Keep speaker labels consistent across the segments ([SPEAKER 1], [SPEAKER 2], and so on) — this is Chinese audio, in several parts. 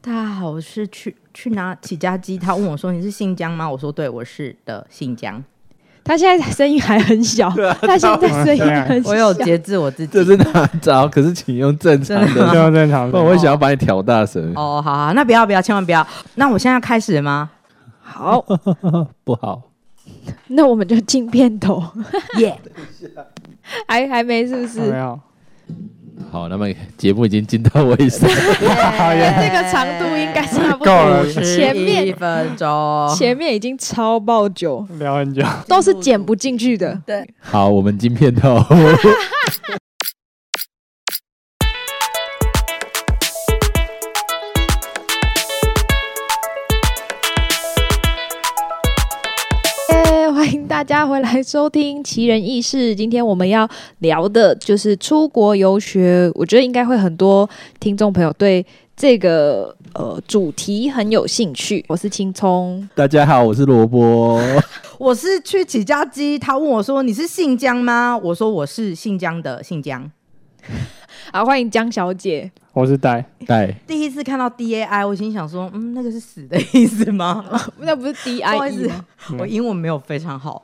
[SPEAKER 1] 大家好，我是去去拿起家鸡，他问我说：“你是新疆吗？”我说：“对，我是的，新疆。
[SPEAKER 2] 他现在声音还很小，他现在声音很”小，
[SPEAKER 1] 我有节制我自 己
[SPEAKER 3] 这。是哪招？可是请用正常
[SPEAKER 1] 真的
[SPEAKER 3] 的，
[SPEAKER 4] 就正常
[SPEAKER 3] 不然我会想要把你调大声，
[SPEAKER 1] 哦，好好，那不要不要，千万不要。那我现在要开始了吗？
[SPEAKER 2] 好，
[SPEAKER 3] 不好。
[SPEAKER 2] 那我们就进片头，
[SPEAKER 1] 耶、
[SPEAKER 2] 还还没是不是？
[SPEAKER 4] 没有，
[SPEAKER 3] 好，那么节目已经进到尾 声，
[SPEAKER 4] 好耶
[SPEAKER 1] 哎
[SPEAKER 2] 这个长度应该差不
[SPEAKER 4] 够
[SPEAKER 2] 多，
[SPEAKER 4] 了
[SPEAKER 2] 前面
[SPEAKER 1] 分钟
[SPEAKER 2] 前面已经超爆久，
[SPEAKER 4] 聊很久，
[SPEAKER 2] 都是剪不进去的。
[SPEAKER 3] 好，我们进片 头。
[SPEAKER 2] 耶欢迎大家回来收听《奇人异事》。今天我们要聊的就是出国游学，我觉得应该会很多听众朋友对这个呃主题很有兴趣。我是青葱，
[SPEAKER 3] 大家好，我是萝卜。
[SPEAKER 1] 我是去起家鸡，他问我说：“你是新疆吗？”我说：“我是新疆的新疆。
[SPEAKER 2] 好欢迎江小姐。
[SPEAKER 4] 我是呆，
[SPEAKER 3] 对，”
[SPEAKER 1] 第一次看到 DAI，我心想说：“嗯，那个是死的意思吗
[SPEAKER 2] 那不是 D
[SPEAKER 1] 不
[SPEAKER 2] I
[SPEAKER 1] 好意
[SPEAKER 2] E
[SPEAKER 1] 思
[SPEAKER 2] 吗？？”
[SPEAKER 1] 我英文没有非常好，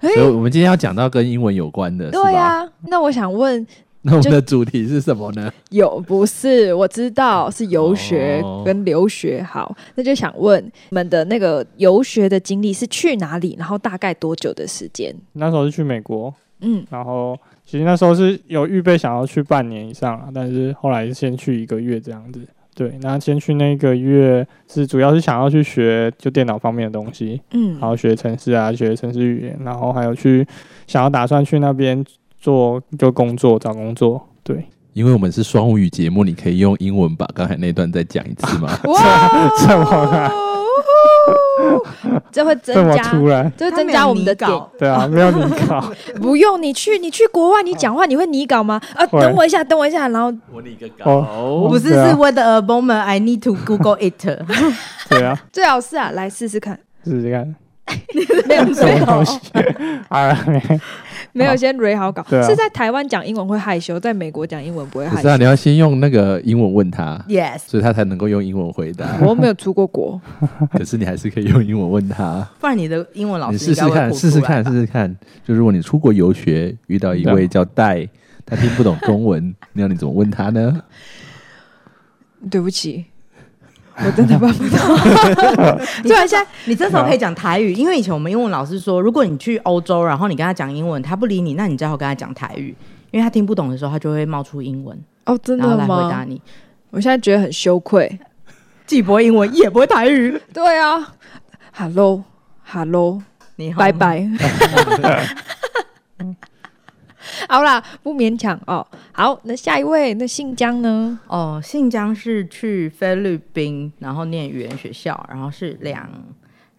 [SPEAKER 2] 嘿
[SPEAKER 3] 所以我们今天要讲到跟英文有关的，是
[SPEAKER 2] 对
[SPEAKER 3] 吧？
[SPEAKER 2] 啊，那我想问，
[SPEAKER 3] 那我们的主题是什么呢？
[SPEAKER 2] 有不是？我知道是游学
[SPEAKER 3] 哦
[SPEAKER 2] 跟留学，好，那就想问你们的那个游学的经历是去哪里，然后大概多久的时间？
[SPEAKER 4] 那时候是去美国，
[SPEAKER 2] 嗯，
[SPEAKER 4] 然后其实那时候是有预备想要去半年以上啊，但是后来是先去一个月这样子。对，那先去那个月是主要是想要去学就电脑方面的东西，
[SPEAKER 2] 嗯，
[SPEAKER 4] 然后学城市啊，学城市语言，然后还有去想要打算去那边做就工作找工作。对，
[SPEAKER 3] 因为我们是双语节目，你可以用英文把刚才那段再讲一次 吗？
[SPEAKER 2] 哇，
[SPEAKER 4] 这么来
[SPEAKER 2] 呜呼这会增
[SPEAKER 4] 这么
[SPEAKER 2] 加，
[SPEAKER 4] 突然，
[SPEAKER 2] 这会
[SPEAKER 1] 他
[SPEAKER 2] 增
[SPEAKER 1] 没
[SPEAKER 2] 加
[SPEAKER 1] 有
[SPEAKER 2] 我们的
[SPEAKER 1] 拟
[SPEAKER 2] 点。
[SPEAKER 1] 稿
[SPEAKER 4] 对啊，没有你搞，
[SPEAKER 2] 不用你去，你去国外，你讲话你会拟稿吗？啊，
[SPEAKER 4] 会
[SPEAKER 2] 等我一下，等我一下，然后
[SPEAKER 3] 我你个高
[SPEAKER 4] 哦
[SPEAKER 1] 不是
[SPEAKER 4] 对啊
[SPEAKER 1] 是 Wait a moment, I need to Google it 。
[SPEAKER 4] 对啊，
[SPEAKER 2] 最好是啊，来试试 看。
[SPEAKER 4] 试试看
[SPEAKER 2] 没有，
[SPEAKER 4] 什
[SPEAKER 2] 没
[SPEAKER 4] 么
[SPEAKER 2] 有
[SPEAKER 4] 东，西 啊？没
[SPEAKER 2] 没有
[SPEAKER 4] 好
[SPEAKER 2] 先 re 好稿。
[SPEAKER 4] 对啊
[SPEAKER 2] 是在台湾讲英文会害羞，在美国讲英文不会
[SPEAKER 3] 不
[SPEAKER 2] 害
[SPEAKER 3] 是啊，
[SPEAKER 2] 羞。
[SPEAKER 3] 你要先用那个英文问他，
[SPEAKER 1] Yes，
[SPEAKER 3] 所以他才能够用英文回 答。
[SPEAKER 2] 我又没有出过国，
[SPEAKER 3] 可是你还是可以用英文问他，
[SPEAKER 1] 不然你的英文老
[SPEAKER 3] 你
[SPEAKER 1] 师
[SPEAKER 3] 试
[SPEAKER 1] 应
[SPEAKER 3] 试
[SPEAKER 1] 该会
[SPEAKER 3] 看，
[SPEAKER 1] 哭
[SPEAKER 3] 试试
[SPEAKER 1] 出来
[SPEAKER 3] 看，
[SPEAKER 1] 吧
[SPEAKER 3] 试试看。就如果你出国游学，遇到一
[SPEAKER 4] 对啊
[SPEAKER 3] 位叫戴，他听不懂中文，你要你怎么问他呢？
[SPEAKER 2] 对不起，我真的办不到。
[SPEAKER 1] 你
[SPEAKER 2] 对
[SPEAKER 1] 这时候
[SPEAKER 2] 啊现
[SPEAKER 1] 你这时候可以讲台语，因为以前我们英文老师说，如果你去欧洲，然后你跟他讲英文，他不理你，那你最好跟他讲台语，因为他听不懂的时候，他就会冒出英文，
[SPEAKER 2] 哦，真
[SPEAKER 1] 然后
[SPEAKER 2] 的
[SPEAKER 1] 来回答
[SPEAKER 2] 吗？
[SPEAKER 1] 你。
[SPEAKER 2] 我现在觉得很羞愧。
[SPEAKER 1] 既不会英文，也不会台语。
[SPEAKER 2] 对啊，Hello，Hello，
[SPEAKER 1] 你好
[SPEAKER 2] 拜。拜。好啦，不勉强哦。好，那下一位，那信江呢？
[SPEAKER 1] 哦，信江是去菲律宾，然后念语言学校，然后是两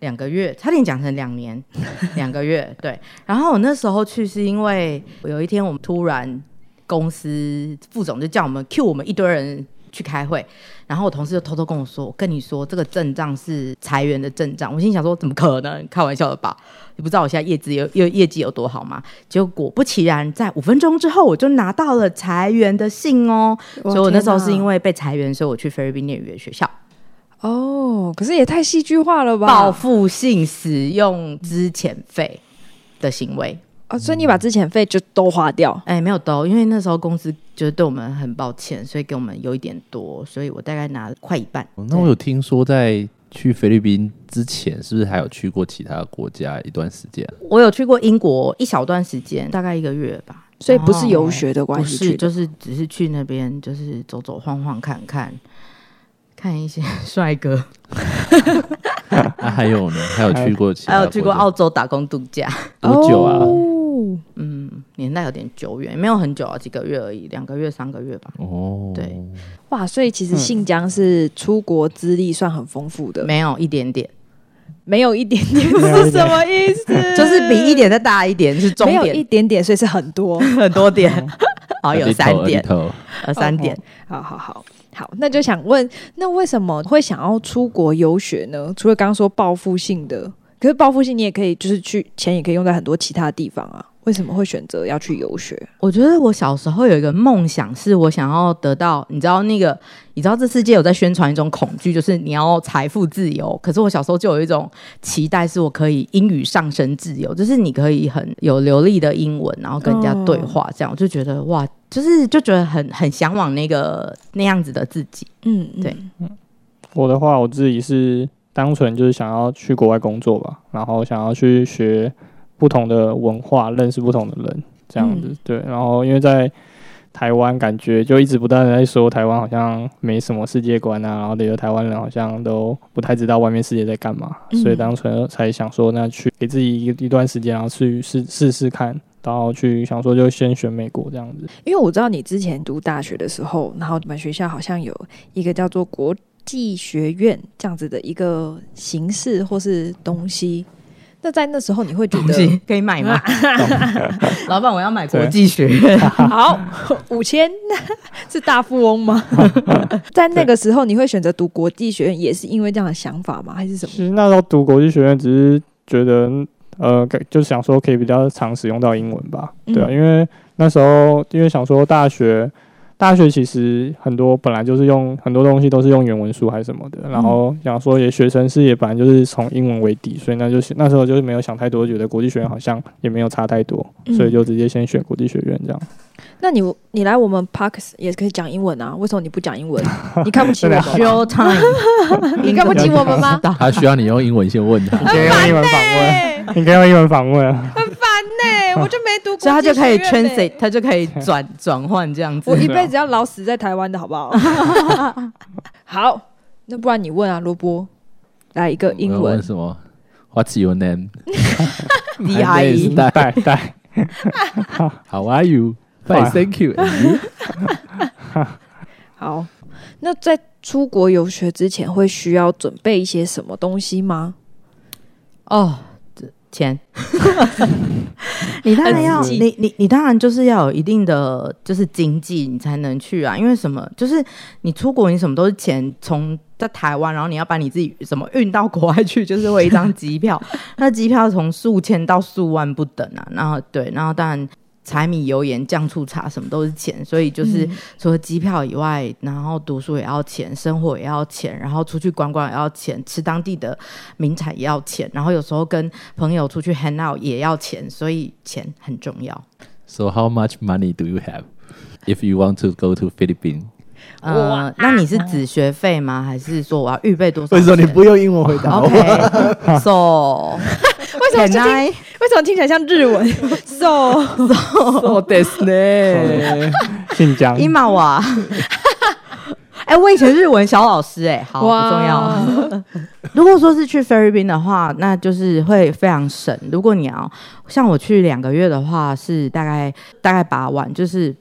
[SPEAKER 1] 两个月，差点讲成两年， 两个月对。然后我那时候去是因为有一天我们突然公司副总就叫我们 cue 我们一堆人。去开会，然后我同事就偷偷跟我说：“我跟你说，这个阵仗是裁员的阵仗。”我心想说：“怎么可能？开玩笑的吧？你不知道我现在业绩有有业绩有多好吗？”结果果不其然，在五分钟之后，我就拿到了裁员的信哦。所以我那时候是因为被裁员，所以我去菲律宾念语言学校，
[SPEAKER 2] 哦，可是也太戏剧化了吧？
[SPEAKER 1] 报复性使用资遣费的行为。
[SPEAKER 2] 哦，所以你把之前费就都花掉。
[SPEAKER 1] 哎，没有都，因为那时候公司就是对我们很抱歉，所以给我们有一点多，所以我大概拿了快一半。
[SPEAKER 3] 哦那我有听说，在去菲律宾之前，是不是还有去过其他国家一段时 间？
[SPEAKER 1] 我有去过英国一小段时间，大概一个月吧，
[SPEAKER 2] 所以不是游
[SPEAKER 1] 然后
[SPEAKER 2] 学的关
[SPEAKER 1] 哦不
[SPEAKER 2] 系
[SPEAKER 1] 是，
[SPEAKER 2] 去的，
[SPEAKER 1] 就是只是去那边，就是走走晃晃看看，看一些帅哥，
[SPEAKER 3] 啊，还有呢？还有去过 其
[SPEAKER 1] 还
[SPEAKER 3] 他？
[SPEAKER 1] 有去过澳，洲打工度假。
[SPEAKER 3] 多久啊
[SPEAKER 2] 哦
[SPEAKER 1] 嗯，年代有点久远，没有很久啊，几个月而已，两个月、三个月吧。
[SPEAKER 3] 哦，
[SPEAKER 1] 对，
[SPEAKER 2] 哇，所以其
[SPEAKER 4] 嗯
[SPEAKER 2] 实信江是出国资历算很丰富的，
[SPEAKER 1] 没有一点点，
[SPEAKER 2] 没有一点点
[SPEAKER 4] 没有
[SPEAKER 2] 是
[SPEAKER 4] 一点
[SPEAKER 2] 什么意思？
[SPEAKER 1] 就是比一点再大一点是终
[SPEAKER 2] 没有一
[SPEAKER 1] 点，
[SPEAKER 2] 点点，所以是很 多。
[SPEAKER 1] 很多点，好有
[SPEAKER 3] little，
[SPEAKER 1] 三点，
[SPEAKER 3] little
[SPEAKER 1] 呃三点。
[SPEAKER 2] 好好好好，那就想问，那为什么会想要出国游学呢？除了刚刚说报复性的，可是报复性你也可以就是去钱也可以用在很多其他地方啊。为什么会选择要去游学？
[SPEAKER 1] 我觉得我小时候有一个梦想，是我想要得到，你知道那个，你知道这世界有在宣传一种恐惧，就是你要财富自由。可是我小时候就有一种期待，是我可以英语上升自由，就是你可以很有流利的英文，然后跟人家对话，这样、我就觉得哇，就是就觉得很很向往那个那样子的自 己。
[SPEAKER 2] 嗯，嗯
[SPEAKER 1] 对，
[SPEAKER 4] 我的话，我自己是单纯就是想要去国外工作吧，然后想要去学不同的文化，认识不同的人，这样子。
[SPEAKER 2] 嗯
[SPEAKER 4] 对，然后因为在台湾，感觉就一直不断的在说台湾好像没什么世界观啊，然后觉得台湾人好像都不太知道外面世界在干嘛，
[SPEAKER 2] 嗯
[SPEAKER 4] 所以当时才想说，那去给自己一一段时间，然后去试试试看。然后去想说，就先选美国这样子。
[SPEAKER 2] 因为我知道你之前读大学的时候，然后你们学校好像有一个叫做国际学院这样子的一个形式或是东西。那在那时候你会觉
[SPEAKER 1] 东
[SPEAKER 2] 得
[SPEAKER 1] 西可以买 吗？老板，我要买国际学院。
[SPEAKER 2] 好五千是大富翁吗？在那个时候你会选择读国际学院，也是因为这样的想法吗？还是什么？
[SPEAKER 4] 其实那时候读国际学院，只是觉得呃，感就是想说可以比较常使用到英文吧，
[SPEAKER 2] 嗯
[SPEAKER 4] 对啊，因为那时候因为想说大学。大学其实很多本来就是用很多东西都是用原文书还是什么
[SPEAKER 2] 嗯
[SPEAKER 4] 的，然后想说也学生是也本来就是从英文为底，所以那就是那时候就是没有想太多，觉得国际学院好像也没有差太多，
[SPEAKER 2] 嗯
[SPEAKER 4] 所以就直接先选国际学院这样。。
[SPEAKER 2] 那你你来我们 Parks 也可以讲英文啊？为什么你不讲英文？你看不起我 们吗？
[SPEAKER 1] Show time，
[SPEAKER 2] 你看不起我 们吗？
[SPEAKER 3] 他需要你用英文先问他
[SPEAKER 4] 你可以用英文访问，
[SPEAKER 2] 哎
[SPEAKER 4] 你可以用英文访问啊，
[SPEAKER 2] 很烦呢、哎我就没读国际
[SPEAKER 1] 所以他就可以
[SPEAKER 2] 学院呢
[SPEAKER 1] translate，他就可以转转换这样子。
[SPEAKER 2] 我一辈子要老死在台湾的 好不好？好，那不然你问啊，罗波，来一个英
[SPEAKER 1] 哦
[SPEAKER 3] 我要
[SPEAKER 2] 文
[SPEAKER 3] 问，什么？What's your name?
[SPEAKER 1] D I E
[SPEAKER 3] My name is Dan.
[SPEAKER 4] 带带
[SPEAKER 3] How are you? Fine, thank you. And you?
[SPEAKER 2] 好。那在出国游学之前，会需要准备一些什么东西吗？
[SPEAKER 1] 哦，这钱。你当然要，
[SPEAKER 4] 很实际
[SPEAKER 1] 你你你当然就是要有一定的就是经济，你才能去啊。因为什么？就是你出国，你什么都是钱，从在台湾，然后你要把你自己怎么运到国外去， 就是为一张机票。 那机票从数千到数万不等啊。然后对，然后当然柴米油盐酱醋茶什么都是钱，所以就是、除了机票以外，然后读书也要钱，生活也要钱，然后出去观光也要钱，吃当地的名产也要钱，然后有时候跟朋友出去 hang out 也要钱，所以钱很重要。
[SPEAKER 3] So how much money do you have if you want to go to Philippines？
[SPEAKER 1] 呃，那你是指学费吗？还是说我要预备多少钱？
[SPEAKER 3] 为什么你不用英文回答我？
[SPEAKER 1] ？OK，so
[SPEAKER 2] 为什么
[SPEAKER 1] can
[SPEAKER 2] 听
[SPEAKER 1] I
[SPEAKER 2] 为什么听起来像 日文？So，
[SPEAKER 1] so this 呢？
[SPEAKER 4] 晋江
[SPEAKER 1] 伊玛 瓦。啊哎、我以前日文小老师哎、好不
[SPEAKER 2] 哇
[SPEAKER 1] 重要。如果说是去菲律宾的话，那就是会非常省。如果你要像我去两个月的话，是大概大概八万，就是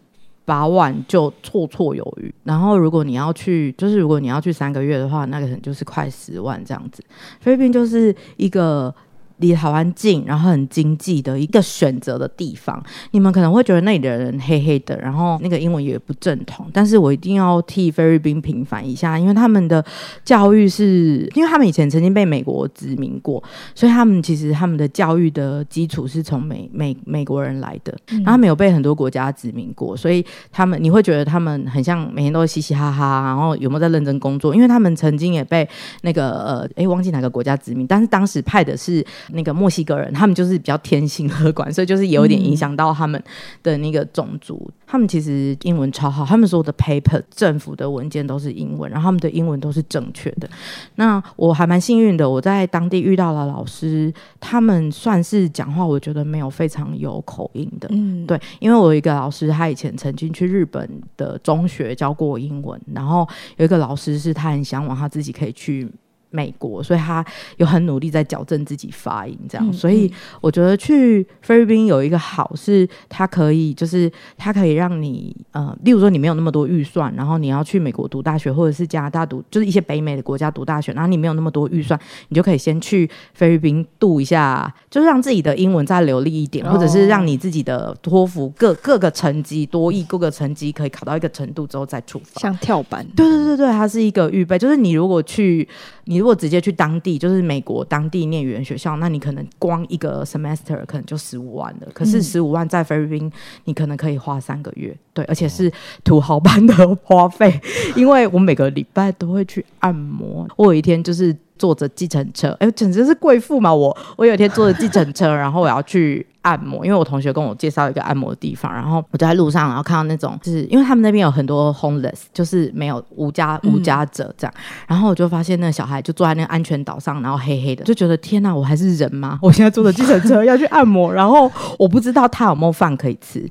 [SPEAKER 1] 八万就绰绰有余。然后如果你要去，就是如果你要去三个月的话，那可能就是快十万这样子。菲律宾就是一个。离台湾近，然后很经济的一个选择的地方，你们可能会觉得那里的人黑黑的，然后那个英文也不正统，但是我一定要替菲律宾平反一下，因为他们的教育是，因为他们以前曾经被美国殖民过，所以他们其实他们的教育的基础是从美美美国人来的，然后他们有被很多国家殖民过，所以他们你会觉得他们很像每天都嘻嘻哈哈，然后有没有在认真工作？因为他们曾经也被那个呃，诶，忘记哪个国家殖民，但是当时派的是那个墨西哥人，他们就是比较天性乐观，所以就是有点影响到他们的那个种族。他们其实英文超好，他们所有的 paper 政府的文件都是英文，然后他们的英文都是正确的。那我还蛮幸运的，我在当地遇到了老师，他们算是讲话，我觉得没有非常有口音的。
[SPEAKER 2] 嗯，
[SPEAKER 1] 对，因为我有一个老师，他以前曾经去日本的中学教过我英文，然后有一个老师是他很向往他自己可以去美国，所以他有很努力在矫正自己发音，这样，
[SPEAKER 2] 嗯
[SPEAKER 1] 啊所以我觉得去菲律宾有一个好是，它可以就是它可以让你呃，例如说你没有那么多预算，然后你要去美国读大学或者是加拿大读，就是一些北美的国家读大学，然后你没有那么多预算，你就可以先去菲律宾度一下，就是让自己的英文再流利一点，
[SPEAKER 2] 哦
[SPEAKER 1] 或者是让你自己的托福各各个成绩多译各个成绩可以考到一个程度之后再出发。
[SPEAKER 2] 像跳板，
[SPEAKER 1] 对对对对，它是一个预备，就是你如果去，你如如果直接去当地，就是美国当地念语言学校，那你可能光一个 semester 可能就十五万了。可是
[SPEAKER 2] 嗯
[SPEAKER 1] 十五万在菲律宾，你可能可以花三个月，对，而且是土豪般的花费。 因为我每个礼拜都会去按摩，我有一天就是坐着计程车，哎，简直是贵妇嘛！我我有一天坐着计程车，然后我要去按摩，因为我同学跟我介绍一个按摩的地方，然后我就在路上，然后看到那种，就是因为他们那边有很多 homeless，就是没有无家无家者这样，然后我就发现那个小孩就坐在那个安全岛上，然后黑黑的，就觉得天哪，我还是人吗？我现在坐着计程车要去按摩，然后我不知道他有没有饭可以吃。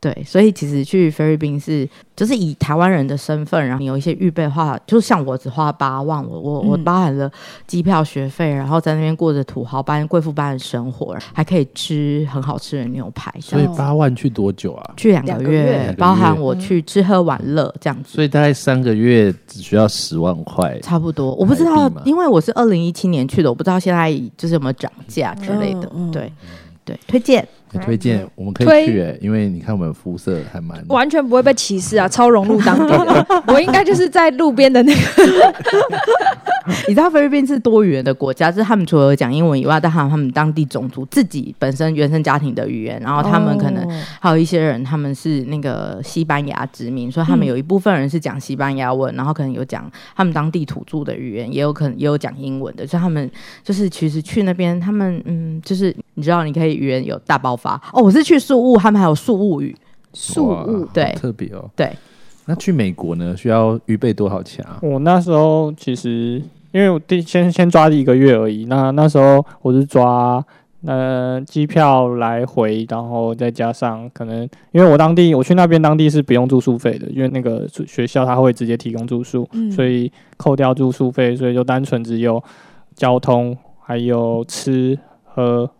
[SPEAKER 1] 对，所以其实去菲律宾是就是以台湾人的身份，然后你有一些预备话，就像我只花八万，我我我
[SPEAKER 2] 嗯
[SPEAKER 1] 包含了机票、学费，然后在那边过着土豪般、贵妇般的生活，还可以吃很好吃的牛排，这
[SPEAKER 3] 所
[SPEAKER 1] 样
[SPEAKER 2] 哦
[SPEAKER 3] 以八万去多久啊？
[SPEAKER 1] 去两
[SPEAKER 2] 两
[SPEAKER 1] 个
[SPEAKER 2] 个
[SPEAKER 1] 月，
[SPEAKER 2] 月
[SPEAKER 3] 两个
[SPEAKER 1] 包含
[SPEAKER 3] 月
[SPEAKER 1] 我去吃喝玩乐这样子。
[SPEAKER 3] 所以大概三个月只需要十万块，
[SPEAKER 1] 差不多，我不知
[SPEAKER 3] 台
[SPEAKER 1] 道
[SPEAKER 3] 币嘛，
[SPEAKER 1] 因为我是二零一七年去的，我不知道现在就是有没有涨价之类的。
[SPEAKER 2] 嗯嗯
[SPEAKER 1] 对，对，推荐。
[SPEAKER 3] 很推荐，我们可
[SPEAKER 2] 推
[SPEAKER 3] 以去、欸，因为你看我们肤色还蛮啊
[SPEAKER 2] 完全不会被歧视啊，超融入当地 的。我应该就是在路边的那个，
[SPEAKER 1] 你知道菲律宾是多语言的国家，就是他们除了讲英文以外，但还有他们当地种族自己本身原生家庭的语言，然后他们可能
[SPEAKER 2] 哦
[SPEAKER 1] 还有一些人，他们是那个西班牙殖民，所以他们
[SPEAKER 2] 嗯
[SPEAKER 1] 有一部分人是讲西班牙文，然后可能有讲他们当地土著的语言，也有可能也有讲英文的。所以他们就是其实去那边，他们嗯，就是你知道，你可以语言有大爆发哦。我是去宿务，他们还有宿务语，
[SPEAKER 2] 树
[SPEAKER 3] 哇
[SPEAKER 2] 屋
[SPEAKER 3] 好
[SPEAKER 1] 对
[SPEAKER 3] 特别哦。
[SPEAKER 1] 对，
[SPEAKER 3] 那去美国呢，需要预备多少钱啊？
[SPEAKER 4] 我那时候其实因为我第先先抓第一个月而已，那那时候我是抓呃机票来回，然后再加上可能因为我当地我去那边当地是不用住宿费的，因为那个住学校它会直接提供住宿，
[SPEAKER 2] 嗯
[SPEAKER 4] 所以扣掉住宿费，所以就单纯只有交通还有吃喝。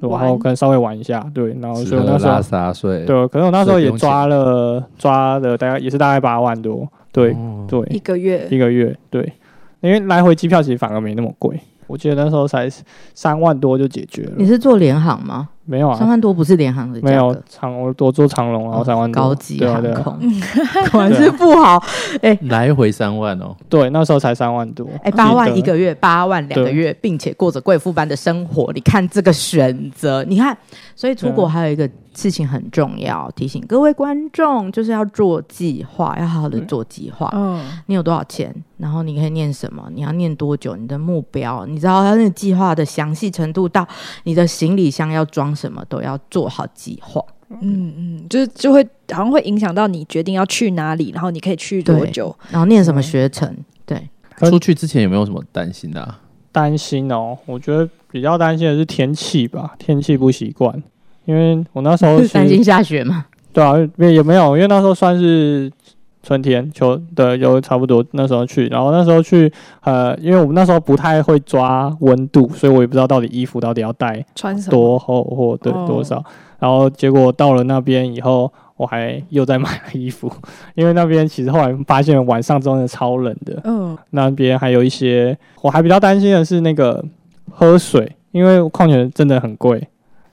[SPEAKER 4] 然后
[SPEAKER 2] 玩
[SPEAKER 4] 跟稍微玩一下，对，然后
[SPEAKER 3] 吃
[SPEAKER 4] 所以我
[SPEAKER 3] 喝
[SPEAKER 4] 那时候
[SPEAKER 3] 拉撒睡，
[SPEAKER 4] 对，可能我那时候
[SPEAKER 3] 所以
[SPEAKER 4] 也
[SPEAKER 3] 不用
[SPEAKER 4] 抓了抓了大概也是大概八万多，对、
[SPEAKER 3] 哦
[SPEAKER 4] 对，
[SPEAKER 2] 一个月
[SPEAKER 4] 一个月，对，因为来回机票其实反而没那么贵，我记得那时候才三万多就解决
[SPEAKER 1] 你
[SPEAKER 4] 了，
[SPEAKER 1] 是做联航吗？
[SPEAKER 4] 没有
[SPEAKER 1] 三
[SPEAKER 4] 啊，
[SPEAKER 1] 万多不是联航的价格，
[SPEAKER 4] 没有长我我坐长龙然后三万多，
[SPEAKER 1] 高级
[SPEAKER 4] 对啊
[SPEAKER 1] 航
[SPEAKER 4] 对啊
[SPEAKER 1] 空， 果然是不好。
[SPEAKER 3] 来回三万哦，
[SPEAKER 4] 对，那时候才三万多，
[SPEAKER 1] 哎，八
[SPEAKER 4] 记
[SPEAKER 1] 万
[SPEAKER 4] 得
[SPEAKER 1] 一个月，八万两个
[SPEAKER 4] 对
[SPEAKER 1] 月，并且过着贵妇般的生活，你看这个选择，你看，所以出国还有一个事情很重要，提醒各位观众，就是要做计划，要好好的
[SPEAKER 4] 对
[SPEAKER 1] 做计划。
[SPEAKER 2] 嗯，
[SPEAKER 1] 你有多少钱？然后你可以念什么？你要念多久？你的目标，你知道他那个计划的详细程度，到你的行李箱要装什么，都要做好计划。
[SPEAKER 2] 嗯嗯，就是就会好像会影响到你决定要去哪里，然后你可以去多
[SPEAKER 1] 对
[SPEAKER 2] 久。
[SPEAKER 1] 然后念什么学程？对，
[SPEAKER 4] 可
[SPEAKER 3] 出去之前有没有什么担心的、啊？
[SPEAKER 4] 担心哦，我觉得比较担心的是天气吧，天气不习惯，因为我那时候其 实
[SPEAKER 1] 担心下雪吗？
[SPEAKER 4] 对啊，也也没有，因为那时候算是春天秋对，有差不多那时候去，然后那时候去呃，因为我们那时候不太会抓温度，所以我也不知道到底衣服到底要带
[SPEAKER 2] 穿什么？
[SPEAKER 4] 多厚或对
[SPEAKER 2] 哦
[SPEAKER 4] 多少，然后结果到了那边以后。我还又再买了衣服，因为那边其实后来发现晚上真的超冷的，
[SPEAKER 2] 嗯，
[SPEAKER 4] 那边还有一些，我还比较担心的是那个喝水，因为矿泉水真的很贵。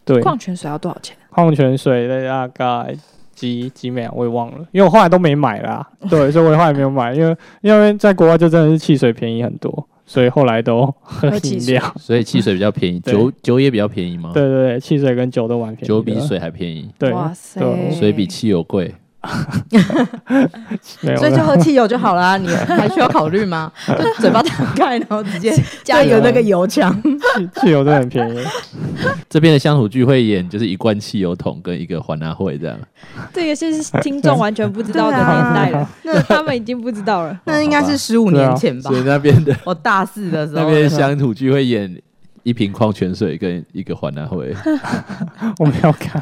[SPEAKER 4] 对，
[SPEAKER 2] 矿泉水要多少钱？
[SPEAKER 4] 矿泉水的大概几几美啊，我也忘了，因为我后来都没买啦。 对，所以我后来没有买，因为因为在国外就真的是汽水便宜很多，所以后来都 喝
[SPEAKER 2] 喝汽
[SPEAKER 4] 饮料。
[SPEAKER 3] 所以汽水比较便宜，
[SPEAKER 4] 对
[SPEAKER 3] 酒酒也比较便宜吗？
[SPEAKER 4] 对，对对，汽水跟酒都玩便宜。
[SPEAKER 3] 酒比。水还便宜，
[SPEAKER 4] 对，
[SPEAKER 2] 嗯哇塞，
[SPEAKER 4] 对
[SPEAKER 3] 水比汽油贵。
[SPEAKER 4] 没有
[SPEAKER 1] 所以就
[SPEAKER 4] 啦。
[SPEAKER 1] 喝汽油就好啦，你还需要考虑吗？就嘴巴打开，然后直接加油那个油枪。
[SPEAKER 4] 汽汽油真的很便宜。
[SPEAKER 3] 这边的乡土聚会演就是一罐汽油桶跟一个环拿会这样，
[SPEAKER 2] 这个是听众完全不知道 的
[SPEAKER 1] 对啊
[SPEAKER 2] 年代了，那他们已经不知 道了。
[SPEAKER 1] 那应该是十五年前吧
[SPEAKER 3] 所，以那边 的
[SPEAKER 1] 我大四的时
[SPEAKER 3] 啊那
[SPEAKER 1] 候。
[SPEAKER 3] 边的乡土聚会演一瓶矿泉水跟一个环拿 会，
[SPEAKER 4] 我没有看。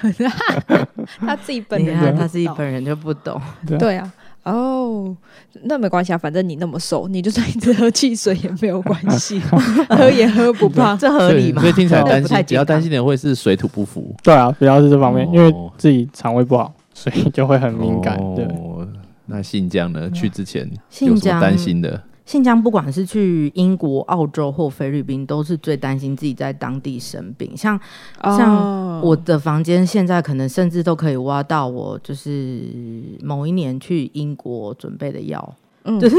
[SPEAKER 2] 他自己本
[SPEAKER 1] 你
[SPEAKER 2] 人
[SPEAKER 1] 看，
[SPEAKER 2] 就
[SPEAKER 1] 啊他自己
[SPEAKER 2] 不知道
[SPEAKER 1] 本人就不懂，
[SPEAKER 2] 对啊。哦、那没关系啊，反正你那么瘦，你就算一直喝汽水也没有关 系，喝也喝不 胖。
[SPEAKER 1] 这合理吗
[SPEAKER 3] 所以？听起来担
[SPEAKER 1] 不太健
[SPEAKER 3] 心，比较担
[SPEAKER 1] 康
[SPEAKER 3] 心的会是水土不服，
[SPEAKER 4] 对啊，主要是这方面，因为
[SPEAKER 3] 哦
[SPEAKER 4] 自己肠胃不好，所以就会很敏感。对。
[SPEAKER 3] 哦那信江呢？去之前有
[SPEAKER 1] 信
[SPEAKER 3] 什么
[SPEAKER 1] 江嗯
[SPEAKER 3] 担心的？
[SPEAKER 1] 信江不管是去英国、澳洲或菲律宾，都是最担心自己在当地生病。像
[SPEAKER 2] 像
[SPEAKER 1] 我的房间现在可能甚至都可以挖到我就是某一年去英国准备的药，
[SPEAKER 2] 嗯，就是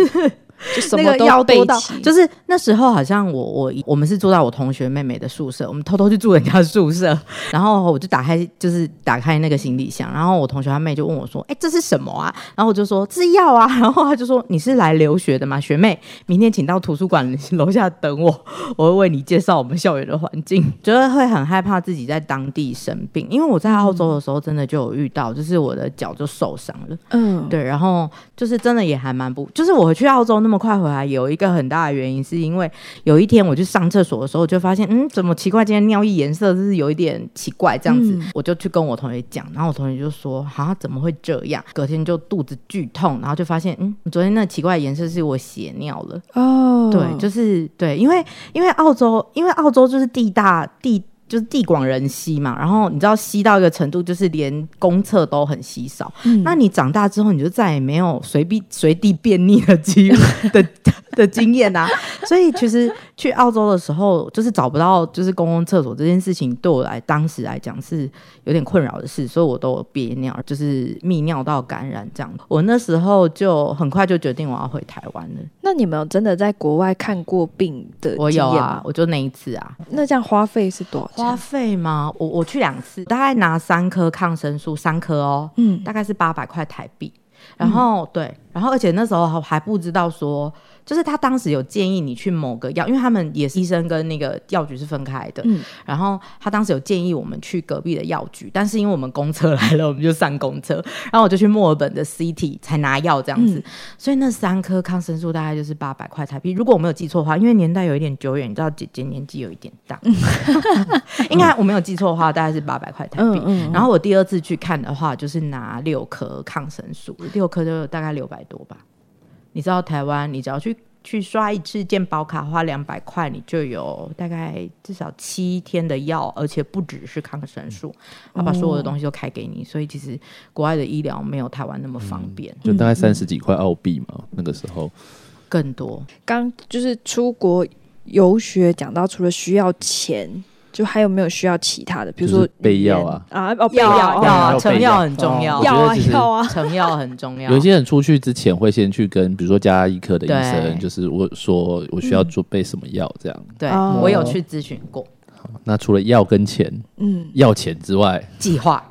[SPEAKER 2] 就什
[SPEAKER 1] 那
[SPEAKER 2] 么
[SPEAKER 1] 个
[SPEAKER 2] 都
[SPEAKER 1] 要
[SPEAKER 2] 备
[SPEAKER 1] 多到
[SPEAKER 2] 齐，，
[SPEAKER 1] 就是那时候好像我我我们是住到我同学妹妹的宿舍，我们偷偷去住人家宿舍，然后我就打开就是打开那个行李箱，然后我同学她妹就问我说：“哎、这是什么啊？”然后我就说：“这是药啊。”然后她就说：“你是来留学的吗，学妹？明天请到图书馆楼下等我，我会为你介绍我们校园的环境。”觉得会很害怕自己在当地生病，因为我在澳洲的时候真的就有遇到，就是我的脚就受伤了。
[SPEAKER 2] 嗯，
[SPEAKER 1] 对，然后就是真的也还蛮不，就是我去澳洲那么快回来，有一个很大的原因是因为有一天我去上厕所的时候，我就发现，嗯，怎么奇怪，今天尿液颜色就是有一点奇怪这样子，
[SPEAKER 2] 嗯
[SPEAKER 1] 我就去跟我同学讲，然后我同学就说，啊，怎么会这样？隔天就肚子剧痛，然后就发现，嗯，昨天那奇怪的颜色是我血尿了。
[SPEAKER 2] 哦，
[SPEAKER 1] 对，就是对，因为因为澳洲，因为澳洲就是地大地。就是地广人稀嘛，然后你知道稀到一个程度，就是连公厕都很稀少，
[SPEAKER 2] 嗯
[SPEAKER 1] 那你长大之后，你就再也没有随便 随地便溺的机会 的的经验啊。所以其实去澳洲的时候，就是找不到就是公共厕所这件事情，对我来当时来讲是有点困扰的事，所以我都有憋尿，就是泌尿道感染这样。我那时候就很快就决定我要回台湾了。
[SPEAKER 2] 那你们有真的在国外看过病的
[SPEAKER 1] 我
[SPEAKER 2] 经
[SPEAKER 1] 有
[SPEAKER 2] 验
[SPEAKER 1] 啊
[SPEAKER 2] 吗，？
[SPEAKER 1] 我就那一次啊，
[SPEAKER 2] 那这样花费是多少钱？
[SPEAKER 1] 花费吗？我我去两次，大概拿三颗抗生素，三颗哦，
[SPEAKER 2] 嗯
[SPEAKER 1] 大概是八百块台币。然后、对，然后而且那时候还还不知道说，就是他当时有建议你去某个药，因为他们也是医生跟那个药局是分开的。
[SPEAKER 2] 嗯
[SPEAKER 1] 然后他当时有建议我们去隔壁的药局，但是因为我们公车来了，我们就上公车，然后我就去墨尔本的 CT 才拿药这样子。
[SPEAKER 2] 嗯
[SPEAKER 1] 所以那三颗抗生素大概就是八百块台币，如果我没有记错的话，因为年代有一点久远，你知道姐姐年纪有一点大，
[SPEAKER 2] 嗯
[SPEAKER 1] 应该我没有记错的话，大概是八百块台币。
[SPEAKER 2] 嗯
[SPEAKER 1] 然后我第二次去看的话，就是拿六颗抗生素，六颗就大概六百多吧。你知道台湾，你只要去去刷一次健保卡，花两百块，你就有大概至少七天的药，而且不只是抗生素，他把所有的东西都开给你。所以其实国外的医疗没有台湾那么方便，
[SPEAKER 3] 就大概三十几块澳币嘛，那个时候
[SPEAKER 1] 更多。
[SPEAKER 2] 刚就是出国游学讲到，除了需要钱，就还有没有需要其他的？比如
[SPEAKER 3] 就
[SPEAKER 2] 说
[SPEAKER 3] 是备药
[SPEAKER 2] 语言
[SPEAKER 3] 啊
[SPEAKER 2] 啊，哦，备
[SPEAKER 1] 药啊
[SPEAKER 2] 药
[SPEAKER 1] 药
[SPEAKER 2] 啊
[SPEAKER 1] 啊，
[SPEAKER 4] 要
[SPEAKER 1] 成
[SPEAKER 4] 备
[SPEAKER 1] 药
[SPEAKER 4] 药
[SPEAKER 1] 很重要
[SPEAKER 4] 哦，
[SPEAKER 2] 药
[SPEAKER 3] 我
[SPEAKER 2] 啊
[SPEAKER 3] 觉得其实
[SPEAKER 2] 药啊，
[SPEAKER 1] 成药很重要。
[SPEAKER 3] 有一些人出去之前会先去跟，比如说加医科的医
[SPEAKER 1] 对嗯
[SPEAKER 3] 生，就是我说我需要准备什么药这样。
[SPEAKER 1] 对
[SPEAKER 2] 哦
[SPEAKER 1] 我有去咨询过
[SPEAKER 3] 那除了药跟钱，
[SPEAKER 2] 嗯，
[SPEAKER 3] 要钱之外，
[SPEAKER 1] 计划，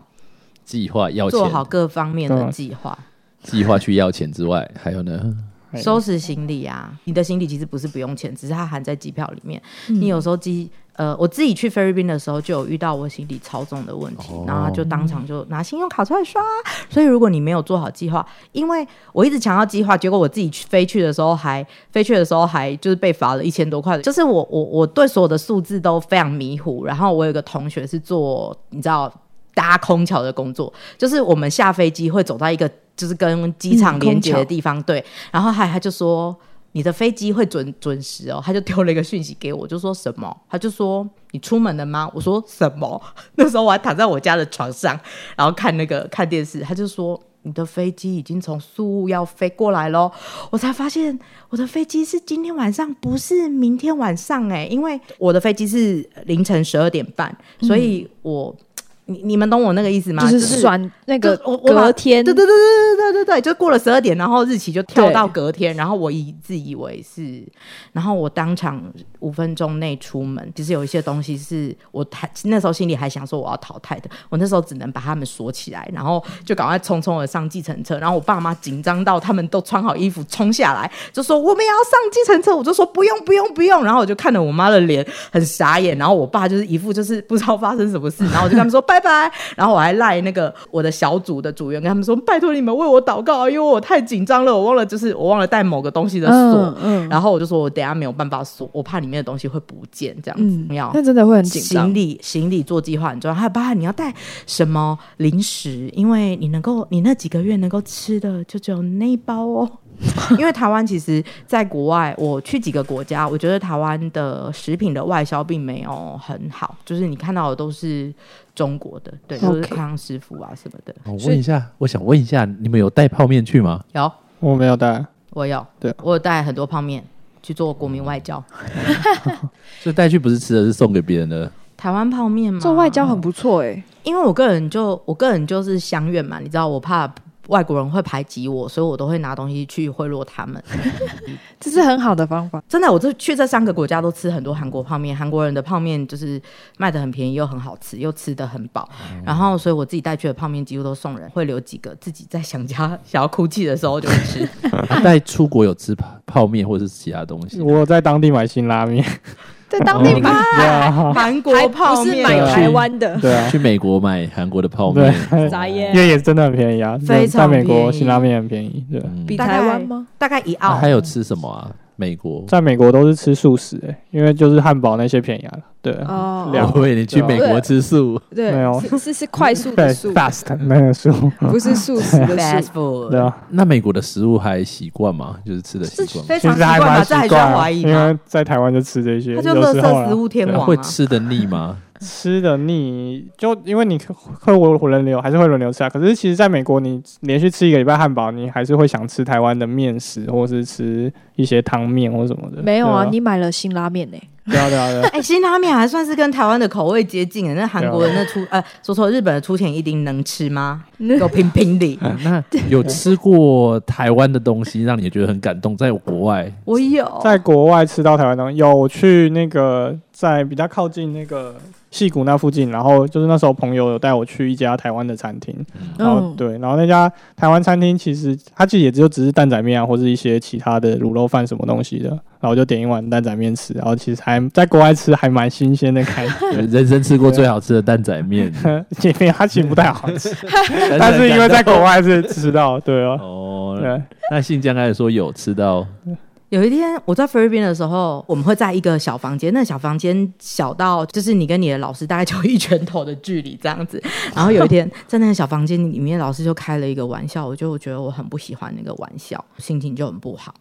[SPEAKER 3] 计划要钱
[SPEAKER 1] 做，好各方面的
[SPEAKER 4] 对
[SPEAKER 1] 计划。
[SPEAKER 3] 计划去要钱之外，还有呢，
[SPEAKER 4] 哎
[SPEAKER 1] 收拾行李啊，你的行李其实不是不用钱，只是它含在机票里面。你有时候机呃，我自己去菲律宾的时候就有遇到我行李超重的问题，
[SPEAKER 3] 哦
[SPEAKER 1] 然后他就当场就拿信用卡出来刷。所以如果你没有做好计划，因为我一直强调计划，结果我自己去飞去的时候还飞去的时候还就是被罚了一千多块，就是我我我对所有的数字都非常迷糊。然后我有一个同学是做你知道搭空桥的工作，就是我们下飞机会走到一个就是跟机场
[SPEAKER 2] 嗯
[SPEAKER 1] 连接
[SPEAKER 2] 空
[SPEAKER 1] 的
[SPEAKER 2] 桥
[SPEAKER 1] 地方，对，然后还他就说。你的飞机会准准时哦，他就丢了一个讯息给我，就说什么，他就说你出门了吗？我说什么？ 那时候我还躺在我家的床上，然后看那个看电视，他就说你的飞机已经从宿务要飞过来咯，我才发现我的飞机是今天晚上，不是明天晚上哎、因为我的飞机是凌晨十二点半，所以我。你你们懂我那个意思吗？
[SPEAKER 2] 嗯就是算那
[SPEAKER 1] 就
[SPEAKER 2] 个
[SPEAKER 1] 是我我把
[SPEAKER 2] 隔天
[SPEAKER 1] 对对对对对对对对，就过了十二点，然后日期就跳
[SPEAKER 2] 对
[SPEAKER 1] 到隔天，然后我以自以为是，然后我当场五分钟内出门，其实有一些东西是我还那时候心里还想说我要淘汰的，我那时候只能把他们锁起来，然后就赶快匆匆的上计程车，然后我爸妈紧张到他们都穿好衣服冲下来，就说我们也要上计程车，我就说不用不用不用，然后我就看着我妈的脸很傻眼，然后我爸就是一副就是不知道发生什么事，然后我就跟他们说拜拜，然后我还赖那个我的小组的组员跟他们说拜托你们为我祷告，因为我太紧张了，我忘了就是我忘了带某个东西的锁，
[SPEAKER 2] 嗯嗯
[SPEAKER 1] 然后我就说我等一下没有办法锁，我怕里面的东西会不见这样子，
[SPEAKER 2] 嗯，
[SPEAKER 1] 要
[SPEAKER 2] 那真的会很紧
[SPEAKER 1] 行
[SPEAKER 2] 张。
[SPEAKER 1] 李行李做计划很重要，还有包含你要带什么零食，因为你能够你那几个月能够吃的就只有那一包 哦。因为台湾其实，在国外我去几个国家，我觉得台湾的食品的外销并没有很好，就是你看到的都是中国的，对，就是
[SPEAKER 2] OK
[SPEAKER 1] 康师傅啊什么的。
[SPEAKER 2] 所
[SPEAKER 3] 我
[SPEAKER 2] 以
[SPEAKER 3] 哦问一下，我想问一下，你们有带泡面去吗？
[SPEAKER 1] 有，
[SPEAKER 4] 我没有带，
[SPEAKER 1] 我有，
[SPEAKER 4] 对
[SPEAKER 1] 我有带很多泡面去做国民外交，
[SPEAKER 3] 所以带去不是吃的，是送给别人的。
[SPEAKER 1] 台湾泡面吗？
[SPEAKER 2] 做外交很不错哎、
[SPEAKER 1] 因为我个人就我个人就是相怨嘛，你知道我怕不外国人会排挤我，所以我都会拿东西去贿赂他们。
[SPEAKER 2] 这是很好的方法。
[SPEAKER 1] 真的，我这去这三个国家都吃很多韩国泡面，韩国人的泡面就是卖的很便宜又很好吃，又吃的很饱。然后，所以我自己带去的泡面几乎都送人，会留几个自己在想家想要哭泣的时候就会吃。
[SPEAKER 3] 啊在出国有吃泡泡面或是其他东西吗？
[SPEAKER 4] 我在当地买新拉面，
[SPEAKER 2] 在当地
[SPEAKER 4] 哦
[SPEAKER 2] 买，
[SPEAKER 4] 对啊，
[SPEAKER 1] 韩国
[SPEAKER 2] 还
[SPEAKER 1] 泡
[SPEAKER 2] 不是买
[SPEAKER 1] 面
[SPEAKER 4] 对
[SPEAKER 2] 台湾的，
[SPEAKER 4] 对啊，
[SPEAKER 3] 去美国买韩国的泡
[SPEAKER 4] 对
[SPEAKER 3] 面，，
[SPEAKER 2] 眨
[SPEAKER 4] 因
[SPEAKER 3] 嗯
[SPEAKER 2] 眼，
[SPEAKER 4] 为也真的很便宜啊，
[SPEAKER 1] 非常
[SPEAKER 4] 在美
[SPEAKER 1] 便宜
[SPEAKER 4] 国新拉面很便宜，对，
[SPEAKER 3] 嗯
[SPEAKER 2] 比
[SPEAKER 1] 大
[SPEAKER 2] 台
[SPEAKER 1] 概
[SPEAKER 2] 湾吗？
[SPEAKER 1] 大概一
[SPEAKER 3] 啊
[SPEAKER 1] 澳
[SPEAKER 3] 还。有吃什么啊？美国，
[SPEAKER 4] 在美国都是吃素食、欸，因为就是汉堡那些便宜啊，对，
[SPEAKER 2] 哦
[SPEAKER 4] 两
[SPEAKER 3] 我以为你去美国
[SPEAKER 2] 对
[SPEAKER 3] 吃素，
[SPEAKER 2] 对
[SPEAKER 4] 没，有
[SPEAKER 2] 是是是快速
[SPEAKER 4] 对
[SPEAKER 2] 的速，
[SPEAKER 4] ，fast 那个素，
[SPEAKER 2] 不是素食的
[SPEAKER 1] fast
[SPEAKER 2] 素。
[SPEAKER 1] food，
[SPEAKER 4] 对啊，
[SPEAKER 3] 那美国的食物还习惯吗？就是吃的习
[SPEAKER 1] 是
[SPEAKER 3] 惯吗？
[SPEAKER 1] 非
[SPEAKER 4] 其
[SPEAKER 1] 常习
[SPEAKER 4] 实还
[SPEAKER 1] 惯吧？
[SPEAKER 4] 蛮
[SPEAKER 1] 这
[SPEAKER 4] 习
[SPEAKER 1] 还需
[SPEAKER 4] 惯
[SPEAKER 1] 要
[SPEAKER 4] 啊，
[SPEAKER 1] 怀疑
[SPEAKER 4] 因为
[SPEAKER 1] 吗？
[SPEAKER 4] 在台湾就吃这些，
[SPEAKER 1] 他就
[SPEAKER 4] 有
[SPEAKER 1] 垃
[SPEAKER 4] 时候啦
[SPEAKER 1] 圾食物天
[SPEAKER 4] 对啊
[SPEAKER 3] 那
[SPEAKER 1] 王
[SPEAKER 3] 会
[SPEAKER 1] 啊！
[SPEAKER 3] 吃的腻 吗？
[SPEAKER 4] 吃的腻，就因为你会会轮流，还是会轮流吃啊。可是其实在美国，你连续吃一个礼拜汉堡，你还是会想吃台湾的面食，或是吃一些汤面或什么的。
[SPEAKER 2] 没有啊，
[SPEAKER 4] 对
[SPEAKER 2] 你买了辛拉面呢？
[SPEAKER 4] 对啊对啊对 啊，
[SPEAKER 1] 哎、辛拉面还算是跟台湾的口味接近的，欸那韩国的那出呃，说错，日本的出钱一定能吃吗？给我评评理。
[SPEAKER 3] 那有吃过台湾的东西，让你觉得很感动，在国外
[SPEAKER 1] 我有，
[SPEAKER 4] 在国外吃到台湾东西，有我去那个在比较靠近那个戏谷那附近，然后就是那时候朋友有带我去一家台湾的餐厅，
[SPEAKER 3] 哦
[SPEAKER 4] 然后
[SPEAKER 2] 嗯，
[SPEAKER 4] 对，然后那家台湾餐厅其实它其实也只有只是蛋仔面啊，或是一些其他的卤肉饭什么东西的，然后我就点一碗蛋仔面吃，然后其实还在国外吃还蛮新鲜的感 觉，
[SPEAKER 3] 人生吃过最好吃的蛋仔面，
[SPEAKER 4] 也没有它其实不太好吃， 但
[SPEAKER 3] 但
[SPEAKER 4] 是因为在国外是吃到，对啊，
[SPEAKER 3] 哦，
[SPEAKER 4] 对，
[SPEAKER 3] 那信江刚才说有吃 到，
[SPEAKER 1] 有一天我在菲律宾的时候，我们会在一个小房间，那小房间小到就是你跟你的老师大概就一拳头的距离这样子。然后有一天在那个小房间里面，老师就开了一个玩笑，我就觉得我很不喜欢那个玩笑，心情就很不好。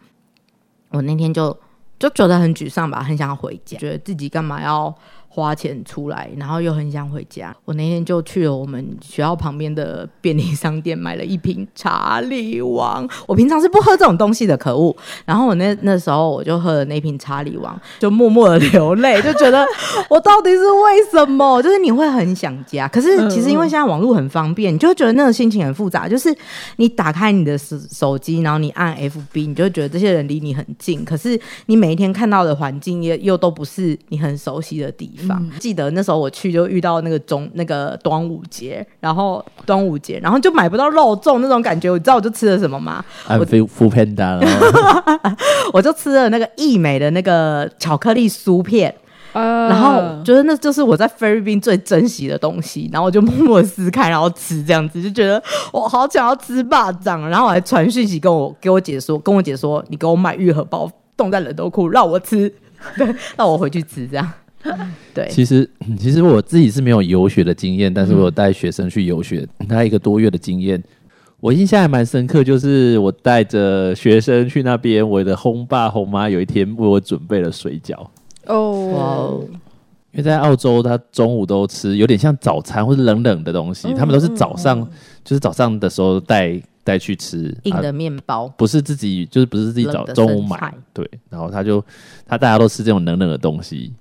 [SPEAKER 1] 我那天就就觉得很沮丧吧，很想回家，觉得自己干嘛要花钱出来，然后又很想回家。我那天就去了我们学校旁边的便利商店，买了一瓶茶里王。我平常是不喝这种东西的，可恶。然后我那那时候我就喝了那瓶茶里王，就默默的流泪，就觉得我到底是为什么？就是你会很想家，可是其实因为现在网络很方便，你就会觉得那个心情很复杂。就是你打开你的手手机，然后你按 FB，你就会觉得这些人离你很近，可是你每一天看到的环境也又都不是你很熟悉的地方。记得那时候我去就遇到那个中那个端午节，然后端午节，然后就买不到肉粽那种感觉。你知道我就吃了什么吗？
[SPEAKER 3] 按飞富 panda，然后
[SPEAKER 1] 我就吃了那个益美的那个巧克力酥片，
[SPEAKER 2] 呃
[SPEAKER 1] 然后我觉得那就是我在菲律宾最珍惜的东西，然后我就默默地撕开，然后吃这样子，就觉得我好想要吃霸掌，然后我还传讯息跟我给我姐说，跟我姐说你给我买玉荷包冻在冷冻库让我吃，对，让我回去吃 这样， 对，
[SPEAKER 3] 其实 其实我自己是没有游学的经验，但是我有带学生去 游学，他一个多月的经验。我印象还蛮深刻，就是我带着学生去那边，我的红爸红妈有一天为我准备了水饺，
[SPEAKER 1] 哇
[SPEAKER 2] 哦
[SPEAKER 1] 哦，，
[SPEAKER 3] 因为在澳洲，他中午都吃有点像早餐或者冷冷的东西，他们都是早上，就是早上的时候带带去吃，
[SPEAKER 1] 嗯硬
[SPEAKER 3] 啊
[SPEAKER 1] 的面包，
[SPEAKER 3] 不是自己就是不是自己
[SPEAKER 1] 冷
[SPEAKER 3] 早
[SPEAKER 1] 的
[SPEAKER 3] 中午
[SPEAKER 1] 生菜
[SPEAKER 3] 买，对，然后他就他大家都吃这种冷冷的东西，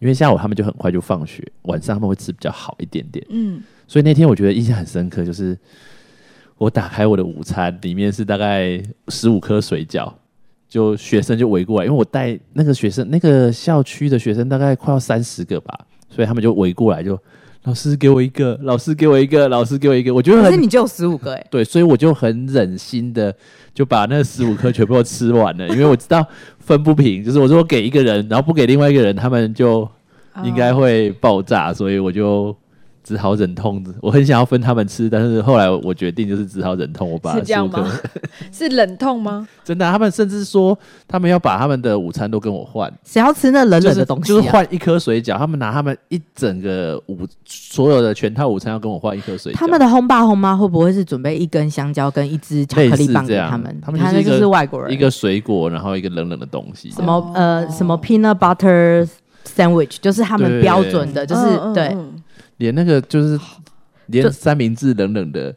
[SPEAKER 3] 因为下午他们就很快就放学，晚上他们会吃比较好一点点，
[SPEAKER 2] 嗯，
[SPEAKER 3] 所以那天我觉得印象很深刻，就是我打开我的午餐，里面是大概十五颗水饺，就学生就围过来，因为我带那个学生，那个校区的学生大概快要三十个吧，所以他们就围过来就，老师给我一个，老师给我一个，老师给我一个，我觉得
[SPEAKER 1] 可是
[SPEAKER 3] 很
[SPEAKER 1] 你只有十五个哎、
[SPEAKER 3] 对，所以我就很忍心的就把那十五颗全部都吃完了，因为我知道分不平，就是我如果给一个人，然后不给另外一个人，他们就
[SPEAKER 1] 哦
[SPEAKER 2] 啊
[SPEAKER 3] 应该会爆炸，所以我就只好忍痛。我很想要分他们吃，但是后来我决定就是只好忍痛，我把
[SPEAKER 2] 是这样
[SPEAKER 3] 15颗
[SPEAKER 2] 吗是冷痛吗？
[SPEAKER 3] 真的啊、他们甚至说他们要把他们的午餐都跟我换，
[SPEAKER 1] 谁要吃那冷冷的东西、啊
[SPEAKER 3] 就是就是换一颗水饺，他们拿他们一整个午所有的全套午餐要跟我换一颗水饺。
[SPEAKER 1] 他们的烘爸烘妈会不会是准备一根香蕉跟一支巧克力棒给他们
[SPEAKER 3] 类似这样？他
[SPEAKER 1] 你
[SPEAKER 3] 们
[SPEAKER 1] 看
[SPEAKER 3] 就是一个
[SPEAKER 1] 那是外国人，
[SPEAKER 3] 一个水果，然后一个冷冷的东西，
[SPEAKER 1] 什么
[SPEAKER 2] 哦
[SPEAKER 1] 呃什么 peanut butter sandwich，就是他们
[SPEAKER 3] 对
[SPEAKER 1] 标准的，就是
[SPEAKER 2] 嗯
[SPEAKER 1] 对，，
[SPEAKER 2] 嗯
[SPEAKER 3] 连那个就是连
[SPEAKER 1] 就
[SPEAKER 3] 三明治冷冷的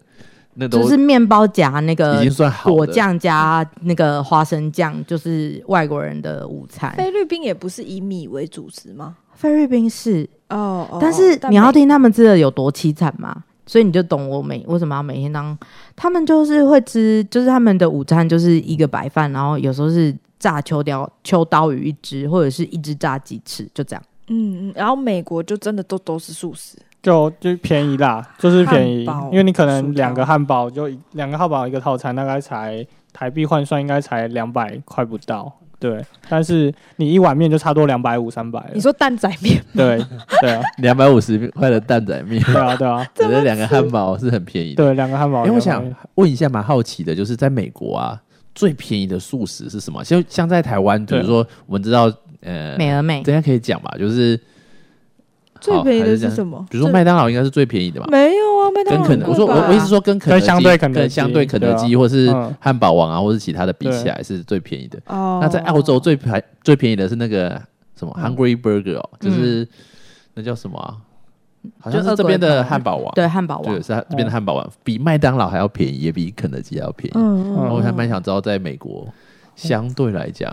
[SPEAKER 3] 那都
[SPEAKER 1] 就是面包夹那
[SPEAKER 3] 已
[SPEAKER 1] 个
[SPEAKER 3] 经算好的
[SPEAKER 1] 果酱加那个花生酱，就是外国人的午餐
[SPEAKER 2] 嗯。菲律宾也不是以米为主食吗？
[SPEAKER 1] 菲律宾是，
[SPEAKER 2] 哦，哦
[SPEAKER 1] 但是你要，听他们吃的有多凄惨吗？所以你就懂我每为什么要每天当。他们就是会吃，就是他们的午餐就是一个白饭，然后有时候是炸秋刀秋刀鱼一只，或者是一只炸鸡翅，就这样。
[SPEAKER 2] 嗯，嗯然后美国就真的都都是素食，
[SPEAKER 4] 就就便宜啦，就是便宜
[SPEAKER 2] 汉堡，
[SPEAKER 4] 因为你可能
[SPEAKER 2] 薯条
[SPEAKER 4] 两个汉堡就一两个汉堡一个套餐，大概才台币换算应该才两百块不到，对。但是你一碗面就差多两百五三百了
[SPEAKER 2] 你，说蛋仔面
[SPEAKER 4] 对对啊，
[SPEAKER 3] 两百五十块的蛋仔 面，
[SPEAKER 4] 对啊对啊，
[SPEAKER 3] 只是两个汉堡是很便宜的。
[SPEAKER 4] 对两个汉堡。
[SPEAKER 3] 因为我
[SPEAKER 4] 两
[SPEAKER 3] 想
[SPEAKER 4] 个
[SPEAKER 3] 问一下，蛮好奇的，就是在美国啊，最便宜的素食是什么？像像在台湾，比
[SPEAKER 4] 对
[SPEAKER 3] 如说我们知道，呃，
[SPEAKER 1] 美而美
[SPEAKER 3] 大家可以讲吧，就是哦
[SPEAKER 2] 最便宜的是
[SPEAKER 3] 么？
[SPEAKER 2] 什么？
[SPEAKER 3] 比如说
[SPEAKER 2] 最
[SPEAKER 3] 麦当劳应该是最便宜的吧？
[SPEAKER 2] 没有啊，麦当
[SPEAKER 3] 跟
[SPEAKER 2] 劳
[SPEAKER 3] 肯
[SPEAKER 2] 很
[SPEAKER 3] 我说
[SPEAKER 2] 贵
[SPEAKER 3] 我
[SPEAKER 2] 吧
[SPEAKER 3] 我意思说跟肯德基
[SPEAKER 4] 跟相对肯德基
[SPEAKER 3] 跟相对肯德基
[SPEAKER 4] 对
[SPEAKER 3] 或是
[SPEAKER 4] 嗯
[SPEAKER 3] 汉堡王啊，或是其他的比起来是最便宜的。
[SPEAKER 2] 哦，
[SPEAKER 3] 那在澳洲最便最便宜的是那个什
[SPEAKER 4] 嗯
[SPEAKER 3] 么 Hungry Burger，哦就是那叫什么啊？好像是这边的汉堡王，
[SPEAKER 1] 对汉堡王
[SPEAKER 3] 对，，
[SPEAKER 4] 啊
[SPEAKER 3] 是它这边的汉堡王啊比麦当劳还要便宜，也比肯德基还要便宜。
[SPEAKER 2] 嗯，嗯
[SPEAKER 4] 然
[SPEAKER 3] 然后哦我还蛮
[SPEAKER 2] 嗯
[SPEAKER 3] 想知道，在美国相对来讲，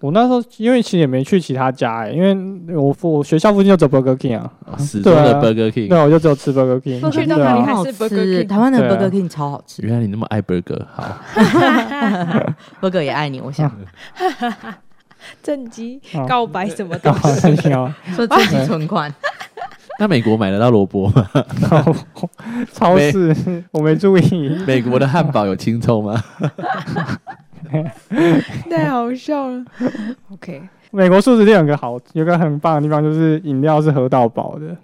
[SPEAKER 4] 我那时候因为其实也没去其他家、欸，因为我我学校附近就走 Burger King 啊，
[SPEAKER 3] 哦始终
[SPEAKER 4] 对
[SPEAKER 3] 的
[SPEAKER 4] 啊
[SPEAKER 3] Burger King，
[SPEAKER 4] 对，我就只有吃 Burger King。
[SPEAKER 2] Burger King
[SPEAKER 4] 对
[SPEAKER 2] 到哪里
[SPEAKER 4] 啊
[SPEAKER 2] 还
[SPEAKER 1] 好
[SPEAKER 2] 是 Burger
[SPEAKER 1] 吃，
[SPEAKER 2] King
[SPEAKER 1] 台湾的
[SPEAKER 4] 对啊
[SPEAKER 1] Burger King 超好吃
[SPEAKER 3] 原来你那么爱 Burger，好，
[SPEAKER 1] ，Burger 也爱你，我想
[SPEAKER 2] 正畸
[SPEAKER 3] 哦
[SPEAKER 4] 嗯
[SPEAKER 2] 告白什么东
[SPEAKER 4] 搞好
[SPEAKER 2] 西？
[SPEAKER 4] 餐厅哦，
[SPEAKER 1] 说自己存款，
[SPEAKER 3] 那美国买得到萝卜 吗？
[SPEAKER 4] 然 后超市我没注意，
[SPEAKER 3] 美国的汉堡有青葱 吗？
[SPEAKER 2] 太好笑了。OK，
[SPEAKER 4] 美国素食店有个好，有个很棒的地方，就是饮料是喝到饱的，
[SPEAKER 3] 嗯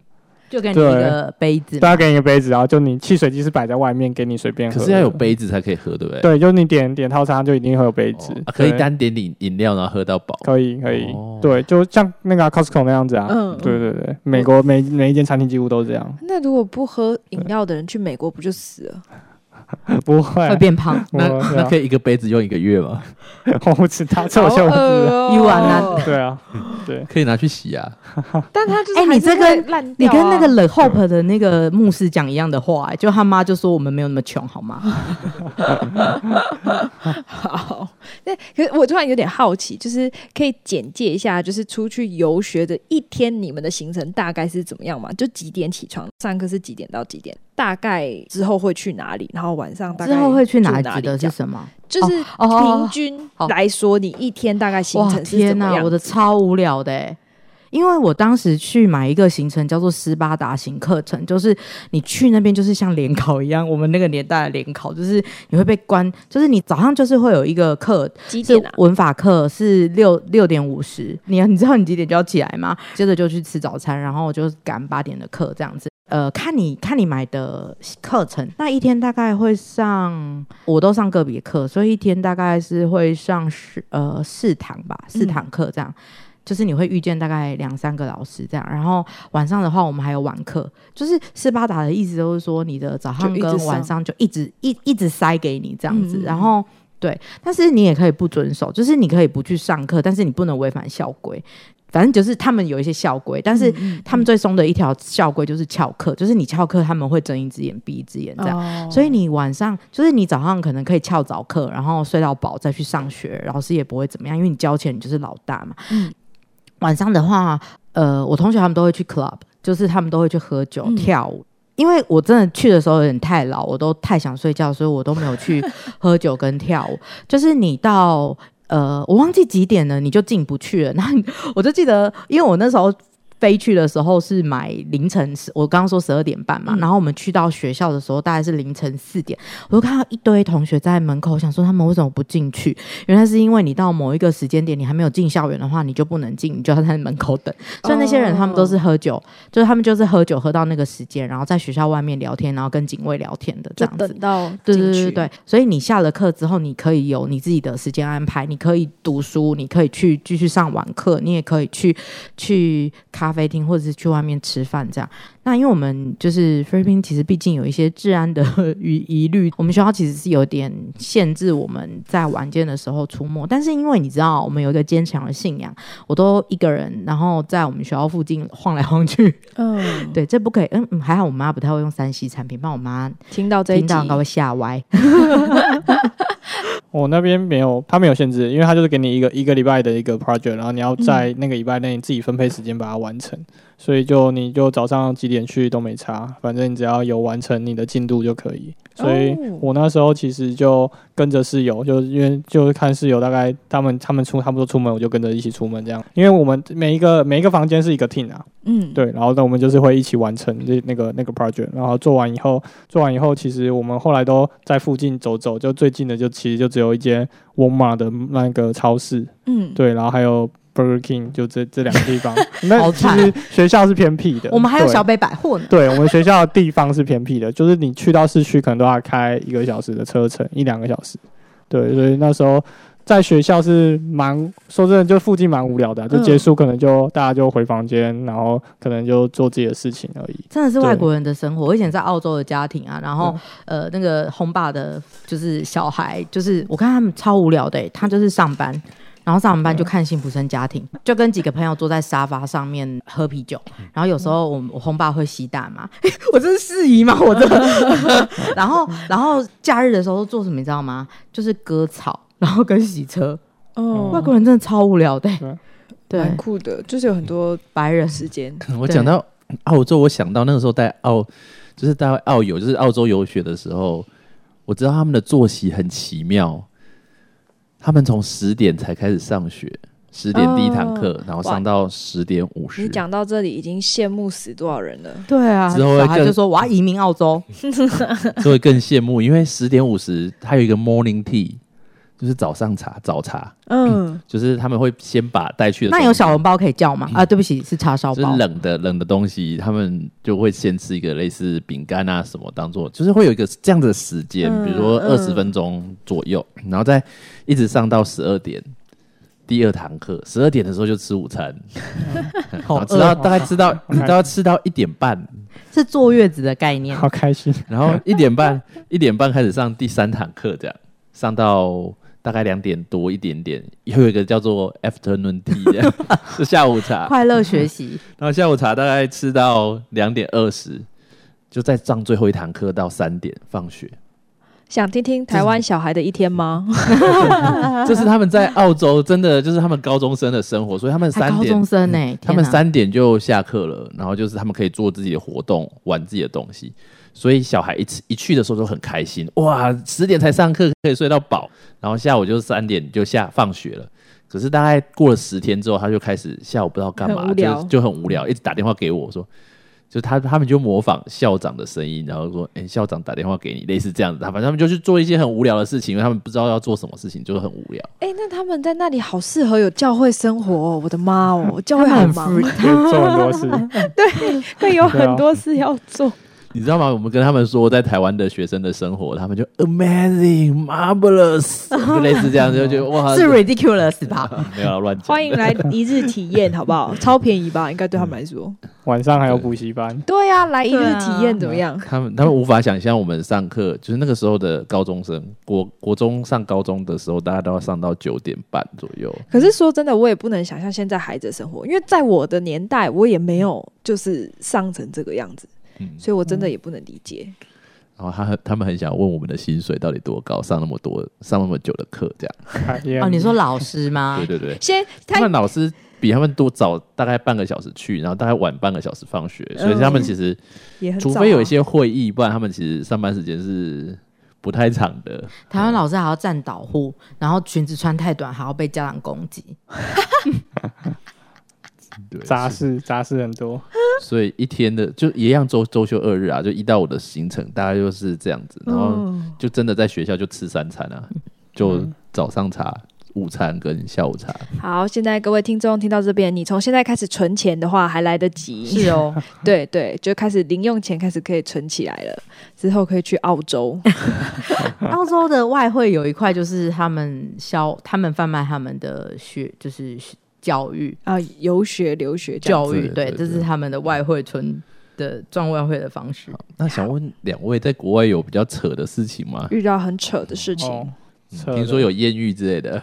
[SPEAKER 1] 就给你一个杯子嘛，
[SPEAKER 4] 大家给你一个杯子，然后就你汽水机是摆在外面给你随便喝，
[SPEAKER 3] 可是要有。杯子才可以喝，对不对？哦
[SPEAKER 4] 对，就是你点点套餐它就一定会有杯子
[SPEAKER 3] 哦，啊可以
[SPEAKER 4] 对，
[SPEAKER 3] 单点饮饮料然后喝到饱。
[SPEAKER 4] 可以可以
[SPEAKER 3] 哦，
[SPEAKER 4] 对，就像那个啊 Costco 那样子啊，
[SPEAKER 2] 嗯
[SPEAKER 4] 对对对，美国每每一间餐厅几乎都这样，
[SPEAKER 2] 那如果不喝饮料的人去美国不就死了？
[SPEAKER 3] 嗯
[SPEAKER 4] 不会
[SPEAKER 1] 会，变胖。
[SPEAKER 4] 我
[SPEAKER 3] 那
[SPEAKER 4] 对
[SPEAKER 3] 那
[SPEAKER 4] 啊
[SPEAKER 3] 可以一个杯子用一个月吗？
[SPEAKER 4] 我不知道，这我就不
[SPEAKER 2] 好
[SPEAKER 4] 知
[SPEAKER 2] 饿
[SPEAKER 4] 道。
[SPEAKER 2] 哦
[SPEAKER 1] 一碗啊
[SPEAKER 4] 对啊，对，
[SPEAKER 3] 可以拿去洗啊。
[SPEAKER 2] 但他就是
[SPEAKER 1] 哎你
[SPEAKER 2] 还是
[SPEAKER 1] 这
[SPEAKER 2] 会
[SPEAKER 1] 跟
[SPEAKER 2] 烂
[SPEAKER 1] 你
[SPEAKER 2] 掉
[SPEAKER 1] 跟
[SPEAKER 2] 啊
[SPEAKER 1] 那个 The Hope 的那个牧师讲一样的话、哎就他妈就说我们没有那么穷，好吗？
[SPEAKER 2] 好，那可是我突然有点好奇，就是可以简介一下，就是出去游学的一天，你们的行程大概是怎么样嘛？就几点起床，上课是几点到几点？大概之后会去哪里？然后晚上大概
[SPEAKER 1] 之后会去
[SPEAKER 2] 哪
[SPEAKER 1] 哪指
[SPEAKER 2] 里
[SPEAKER 1] 的
[SPEAKER 2] 这
[SPEAKER 1] 是
[SPEAKER 2] 样
[SPEAKER 1] 什么？
[SPEAKER 2] 就是
[SPEAKER 1] 哦哦哦
[SPEAKER 2] 平均
[SPEAKER 1] 好
[SPEAKER 2] 来说，你一天大概行
[SPEAKER 1] 哇
[SPEAKER 2] 程是
[SPEAKER 1] 天啊
[SPEAKER 2] 怎么样？
[SPEAKER 1] 我的超无聊的、欸，因为我当时去买一个行程叫做斯巴达型课程，就是你去那边就是像联考一样，我们那个年代的联考就是你会被关，就是你早上就是会有一个课
[SPEAKER 2] 几
[SPEAKER 1] 是
[SPEAKER 2] 点啊？
[SPEAKER 1] 文法课是六六点五十，你你知道你几点就要起来吗？接着就去吃早餐，然后就赶八点的课这样子。呃，看你看你买的课程，那一天大概会上，我都上个别课，所以一天大概是会上十呃四堂吧，
[SPEAKER 2] 嗯
[SPEAKER 1] 四堂课这样。就是你会遇见大概两三个老师这样，然后晚上的话我们还有晚课，就是斯巴达的意思都是说你的早上
[SPEAKER 2] 就一直
[SPEAKER 1] 跟晚
[SPEAKER 2] 上
[SPEAKER 1] 上就一直一一直塞给你这样子，
[SPEAKER 2] 嗯嗯嗯
[SPEAKER 1] 然后对，但是你也可以不遵守，就是你可以不去上课，但是你不能违反校规。反正就是他们有一些校规，但
[SPEAKER 2] 嗯
[SPEAKER 1] 是他们最松的一条校规就是翘课，就是你翘课他们会睁一只眼闭一只眼这样。
[SPEAKER 2] 样
[SPEAKER 1] 所以你晚上就是你早上可能可以翘早课，然后睡到饱再去上学，老师也不会怎么样，因为你交钱你就是老大嘛。
[SPEAKER 2] 嗯
[SPEAKER 1] 晚上的话，呃，我同学他们都会去 club，就是他们都会去喝酒、
[SPEAKER 2] 嗯
[SPEAKER 1] 跳舞。因为我真的去的时候有点太老，我都太想睡觉，所以我都没有去喝酒跟跳舞。就是你到呃，我忘记几点了，你就进不去了。那你我就记得，因为我那时候飞去的时候是买凌晨十，我刚刚说十二点半嘛，
[SPEAKER 2] 嗯
[SPEAKER 1] 然后我们去到学校的时候大概是凌晨四点，我就看到一堆同学在门口，我想说他们为什么不进去？原来是因为你到某一个时间点，你还没有进校园的话，你就不能进，你就要在门口等。所以那些人
[SPEAKER 2] 哦
[SPEAKER 1] 他们都是喝酒，就是他们就是喝酒喝到那个时间，然后在学校外面聊天，然后跟警卫聊天的这
[SPEAKER 2] 就
[SPEAKER 1] 样子。
[SPEAKER 2] 等到
[SPEAKER 1] 对
[SPEAKER 2] 进
[SPEAKER 1] 对
[SPEAKER 2] 去
[SPEAKER 1] 对对，所以你下了课之后，你可以有你自己的时间安排，你可以读书，你可以去继续上网课，你也可以去去咖啡厅或者是去外面吃饭这样。那因为我们就是菲律宾，其实毕竟有一些治安的疑疑虑，我们学校其实是有点限制我们在晚间的时候出没。但是因为你知道，我们有一个坚强的信仰，我都一个人，然后在我们学校附近晃来晃去。
[SPEAKER 2] 嗯，
[SPEAKER 1] 对，这不可以。嗯嗯，还好我妈不太会用三 C 产品，不然我妈
[SPEAKER 2] 听到这一
[SPEAKER 1] 听
[SPEAKER 2] 集
[SPEAKER 1] 到应该会吓歪。
[SPEAKER 4] 我、那边没有，他没有限制，因为他就是给你一个一个礼拜的一个 project，然后你要在那个礼拜内自己分配时间把它完成，所以就你就早上几点去都没差，反正你只要有完成你的进度就可以。所以
[SPEAKER 2] 哦
[SPEAKER 4] 我那时候其实就跟着室友，就是因为就是看室友大概他们他们出他们都出门，我就跟着一起出门这样，因为我们每一个每一个房间是一个 team 啊，
[SPEAKER 1] 嗯，
[SPEAKER 4] 对，然后那我们就是会一起完成那那个那个 project，然后做完以后，做完以后，其实我们后来都在附近走走，就最近的就其实就只有一间 Walmart 的那个超市，
[SPEAKER 1] 嗯，
[SPEAKER 4] 对，然后还有 Burger King，就这这两个 地方。那
[SPEAKER 1] 好
[SPEAKER 4] 其
[SPEAKER 1] 惨
[SPEAKER 4] 实学校是偏僻的，
[SPEAKER 1] 我们还有
[SPEAKER 4] 对
[SPEAKER 1] 小北百货呢。
[SPEAKER 4] 对我们学校的地方是偏僻的，就是你去到市区可能都要开一个小时的车程，一两个小时。对，所以那时候在学校是蛮说真的，就附近蛮无聊的啊、就
[SPEAKER 1] 嗯
[SPEAKER 4] 结束可能就、大家就回房间，然后可能就做自己的事情而已。
[SPEAKER 1] 真的是外国人的生活。我以前在澳洲的家庭啊，然后
[SPEAKER 4] 嗯
[SPEAKER 1] 呃，那个红爸的，就是小孩，就是我看他们超无聊的欸、他就是上班，然后上完班就看《幸福生家庭》，就跟几个朋友坐在沙发上面喝啤酒，然后有时候我我红爸会吸大麻， 我这是适宜吗？我这， 然后然后假日的时候做什么你知道吗？就是割草，然后跟洗车。
[SPEAKER 2] 哦
[SPEAKER 1] 外国人真的超无聊的欸、
[SPEAKER 4] 对
[SPEAKER 1] 对
[SPEAKER 2] 蛮，酷的，就是有很多
[SPEAKER 1] 白人
[SPEAKER 2] 时间。
[SPEAKER 3] 我
[SPEAKER 1] 对
[SPEAKER 3] 讲到澳洲，我想到那个时候在澳，就是在澳游，就是澳洲游学的时候，我知道他们的作息很奇妙，他们从十点才开始上学，十点第一堂课，
[SPEAKER 1] 哦
[SPEAKER 3] 然后上到十点五十
[SPEAKER 2] 你。讲到这里，已经羡慕死多少人了？
[SPEAKER 1] 对啊，
[SPEAKER 3] 之后会
[SPEAKER 1] 小孩就
[SPEAKER 3] 更
[SPEAKER 1] 说我要移民澳洲，
[SPEAKER 3] 所以更羡慕，因为十点五十还有一个 morning tea，就是早上茶，早茶，
[SPEAKER 2] 嗯，
[SPEAKER 3] 就是他们会先把带去的东
[SPEAKER 1] 那
[SPEAKER 3] 西。
[SPEAKER 1] 有小笼包可以叫吗？啊，对不起，是叉烧
[SPEAKER 3] 嗯就是
[SPEAKER 1] 包。
[SPEAKER 3] 冷的冷的东西，他们就会先吃一个类似饼干啊什么，当做就是会有一个这样的时间，
[SPEAKER 2] 嗯
[SPEAKER 3] 比如说
[SPEAKER 2] 嗯
[SPEAKER 3] 二十分钟左右，然后再一直上到十二点。第二堂课，十二点的时候就吃午餐，然后吃到
[SPEAKER 1] 好饿哦
[SPEAKER 3] 大概吃到
[SPEAKER 4] 好开心
[SPEAKER 3] 都要吃到一点半，
[SPEAKER 1] 是坐月子的概念。
[SPEAKER 4] 好开心，
[SPEAKER 3] 然后一点半一点半开始上第三堂课，这样上到大概两点多一点点，又有一个叫做 afternoon tea，这样 是下午茶，
[SPEAKER 1] 快乐学习，
[SPEAKER 3] 然后下午茶大概吃到两点二十，就再上最后一堂课到三点放学。
[SPEAKER 2] 想听听台湾小孩的一天吗？
[SPEAKER 1] 啊
[SPEAKER 3] 这是他们在澳洲真的就是他们高中生的生活，所以他们
[SPEAKER 1] 还
[SPEAKER 3] 嗯三
[SPEAKER 1] 啊高
[SPEAKER 3] 点嗯
[SPEAKER 1] 中生呢、
[SPEAKER 2] 啊
[SPEAKER 1] 天
[SPEAKER 3] 他们
[SPEAKER 1] 哪
[SPEAKER 3] 三点就下课了，然后就是他们可以做自己的活动，玩自己的东西。所以小孩一吃一去的时候都很开心，哇，十点才上课可以睡到饱，然后下午就三点就下放学了。可是大概过了十天之后，他就开始下午不知道干
[SPEAKER 2] 很
[SPEAKER 3] 嘛，
[SPEAKER 2] 无聊
[SPEAKER 3] 就就很无聊，一直打电话给我说，就他他们就模仿校长的声音，然后说，哎、校长打电话给你，类似这样子，反正他们就去做一些很无聊的事情，因为他们不知道要做什么事情，就是很无聊。
[SPEAKER 2] 哎、那他们在那里好适合有教会生活、哦，我的妈 哦，教
[SPEAKER 1] 他
[SPEAKER 2] 会
[SPEAKER 1] 们
[SPEAKER 2] 好
[SPEAKER 1] 很
[SPEAKER 2] 忙，
[SPEAKER 1] free，
[SPEAKER 4] 就做很多事。
[SPEAKER 2] 会有很多事要做。
[SPEAKER 3] 你知道吗？我们跟他们说在台湾的学生的生活，他们就 amazing marvelous，就类似这样，就觉得哇，
[SPEAKER 1] 是 ridiculous 吧？
[SPEAKER 3] 没有啊乱讲
[SPEAKER 2] 欢。迎来一日体验，好 不好？超便宜吧，应该对他们来说。
[SPEAKER 1] 嗯
[SPEAKER 4] 晚上还有补习班，
[SPEAKER 2] 对呀、来一日体
[SPEAKER 1] 对
[SPEAKER 2] 验
[SPEAKER 1] 啊
[SPEAKER 2] 怎么样？
[SPEAKER 3] 他们他们无法想象我们上课，就是那个时候的高中生，国国中上高中的时候，大家都要上到九点半左右。
[SPEAKER 2] 可是说真的，我也不能想象现在孩子的生活，因为在我的年代，我也没有就是上成这个样子，
[SPEAKER 3] 嗯，
[SPEAKER 2] 所以我真的也不能理解。
[SPEAKER 3] 然后他很他们很想问我们的薪水到底多高，上那么多上那么久的课，这样。
[SPEAKER 4] 啊也
[SPEAKER 1] 哦，你说老师吗
[SPEAKER 3] 对？对对，
[SPEAKER 2] 先
[SPEAKER 3] 他
[SPEAKER 2] 啊他
[SPEAKER 3] 们老师比他们多早大概半个小时去，然后大概晚半个小时放学，所以
[SPEAKER 2] 嗯
[SPEAKER 3] 他们其实。
[SPEAKER 2] 也很、啊，
[SPEAKER 3] 除非有一些会议，不然他们其实上班时间是不太长 的。
[SPEAKER 1] 台湾老师还要站导护，然后裙子穿太短还要被家长攻 击。
[SPEAKER 3] 对，
[SPEAKER 4] 杂事杂事很多，
[SPEAKER 3] 所以一天的就一样周周休二日啊，就一到五的行程大概就是这样子，然后
[SPEAKER 2] 嗯，
[SPEAKER 3] 就真的在学校就吃三餐啊，
[SPEAKER 1] 嗯
[SPEAKER 3] 就早上茶、午餐跟下午茶。
[SPEAKER 1] 嗯
[SPEAKER 2] 好，现在各位听众听到这边，你从现在开始存钱的话，还来得及。
[SPEAKER 1] 是哦，
[SPEAKER 2] 对对，就开始零用钱开始可以存起来了，之后可以去澳洲。
[SPEAKER 1] 澳洲的外汇有一块就是他们销，他们贩卖他们的学，就是教育
[SPEAKER 2] 啊，游学、留学这样
[SPEAKER 1] 教
[SPEAKER 2] 子。
[SPEAKER 1] 育，
[SPEAKER 3] 对
[SPEAKER 1] 对，
[SPEAKER 3] 对
[SPEAKER 1] 这是他们的外汇存的赚外汇的方式。
[SPEAKER 3] 那想问两位，在国外有比较扯的事情吗？
[SPEAKER 2] 遇到很扯的事情，
[SPEAKER 4] 哦，扯的
[SPEAKER 3] 嗯听说有艳遇之类的，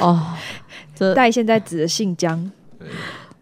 [SPEAKER 1] 哦，这哦
[SPEAKER 2] 带现在指的姓江，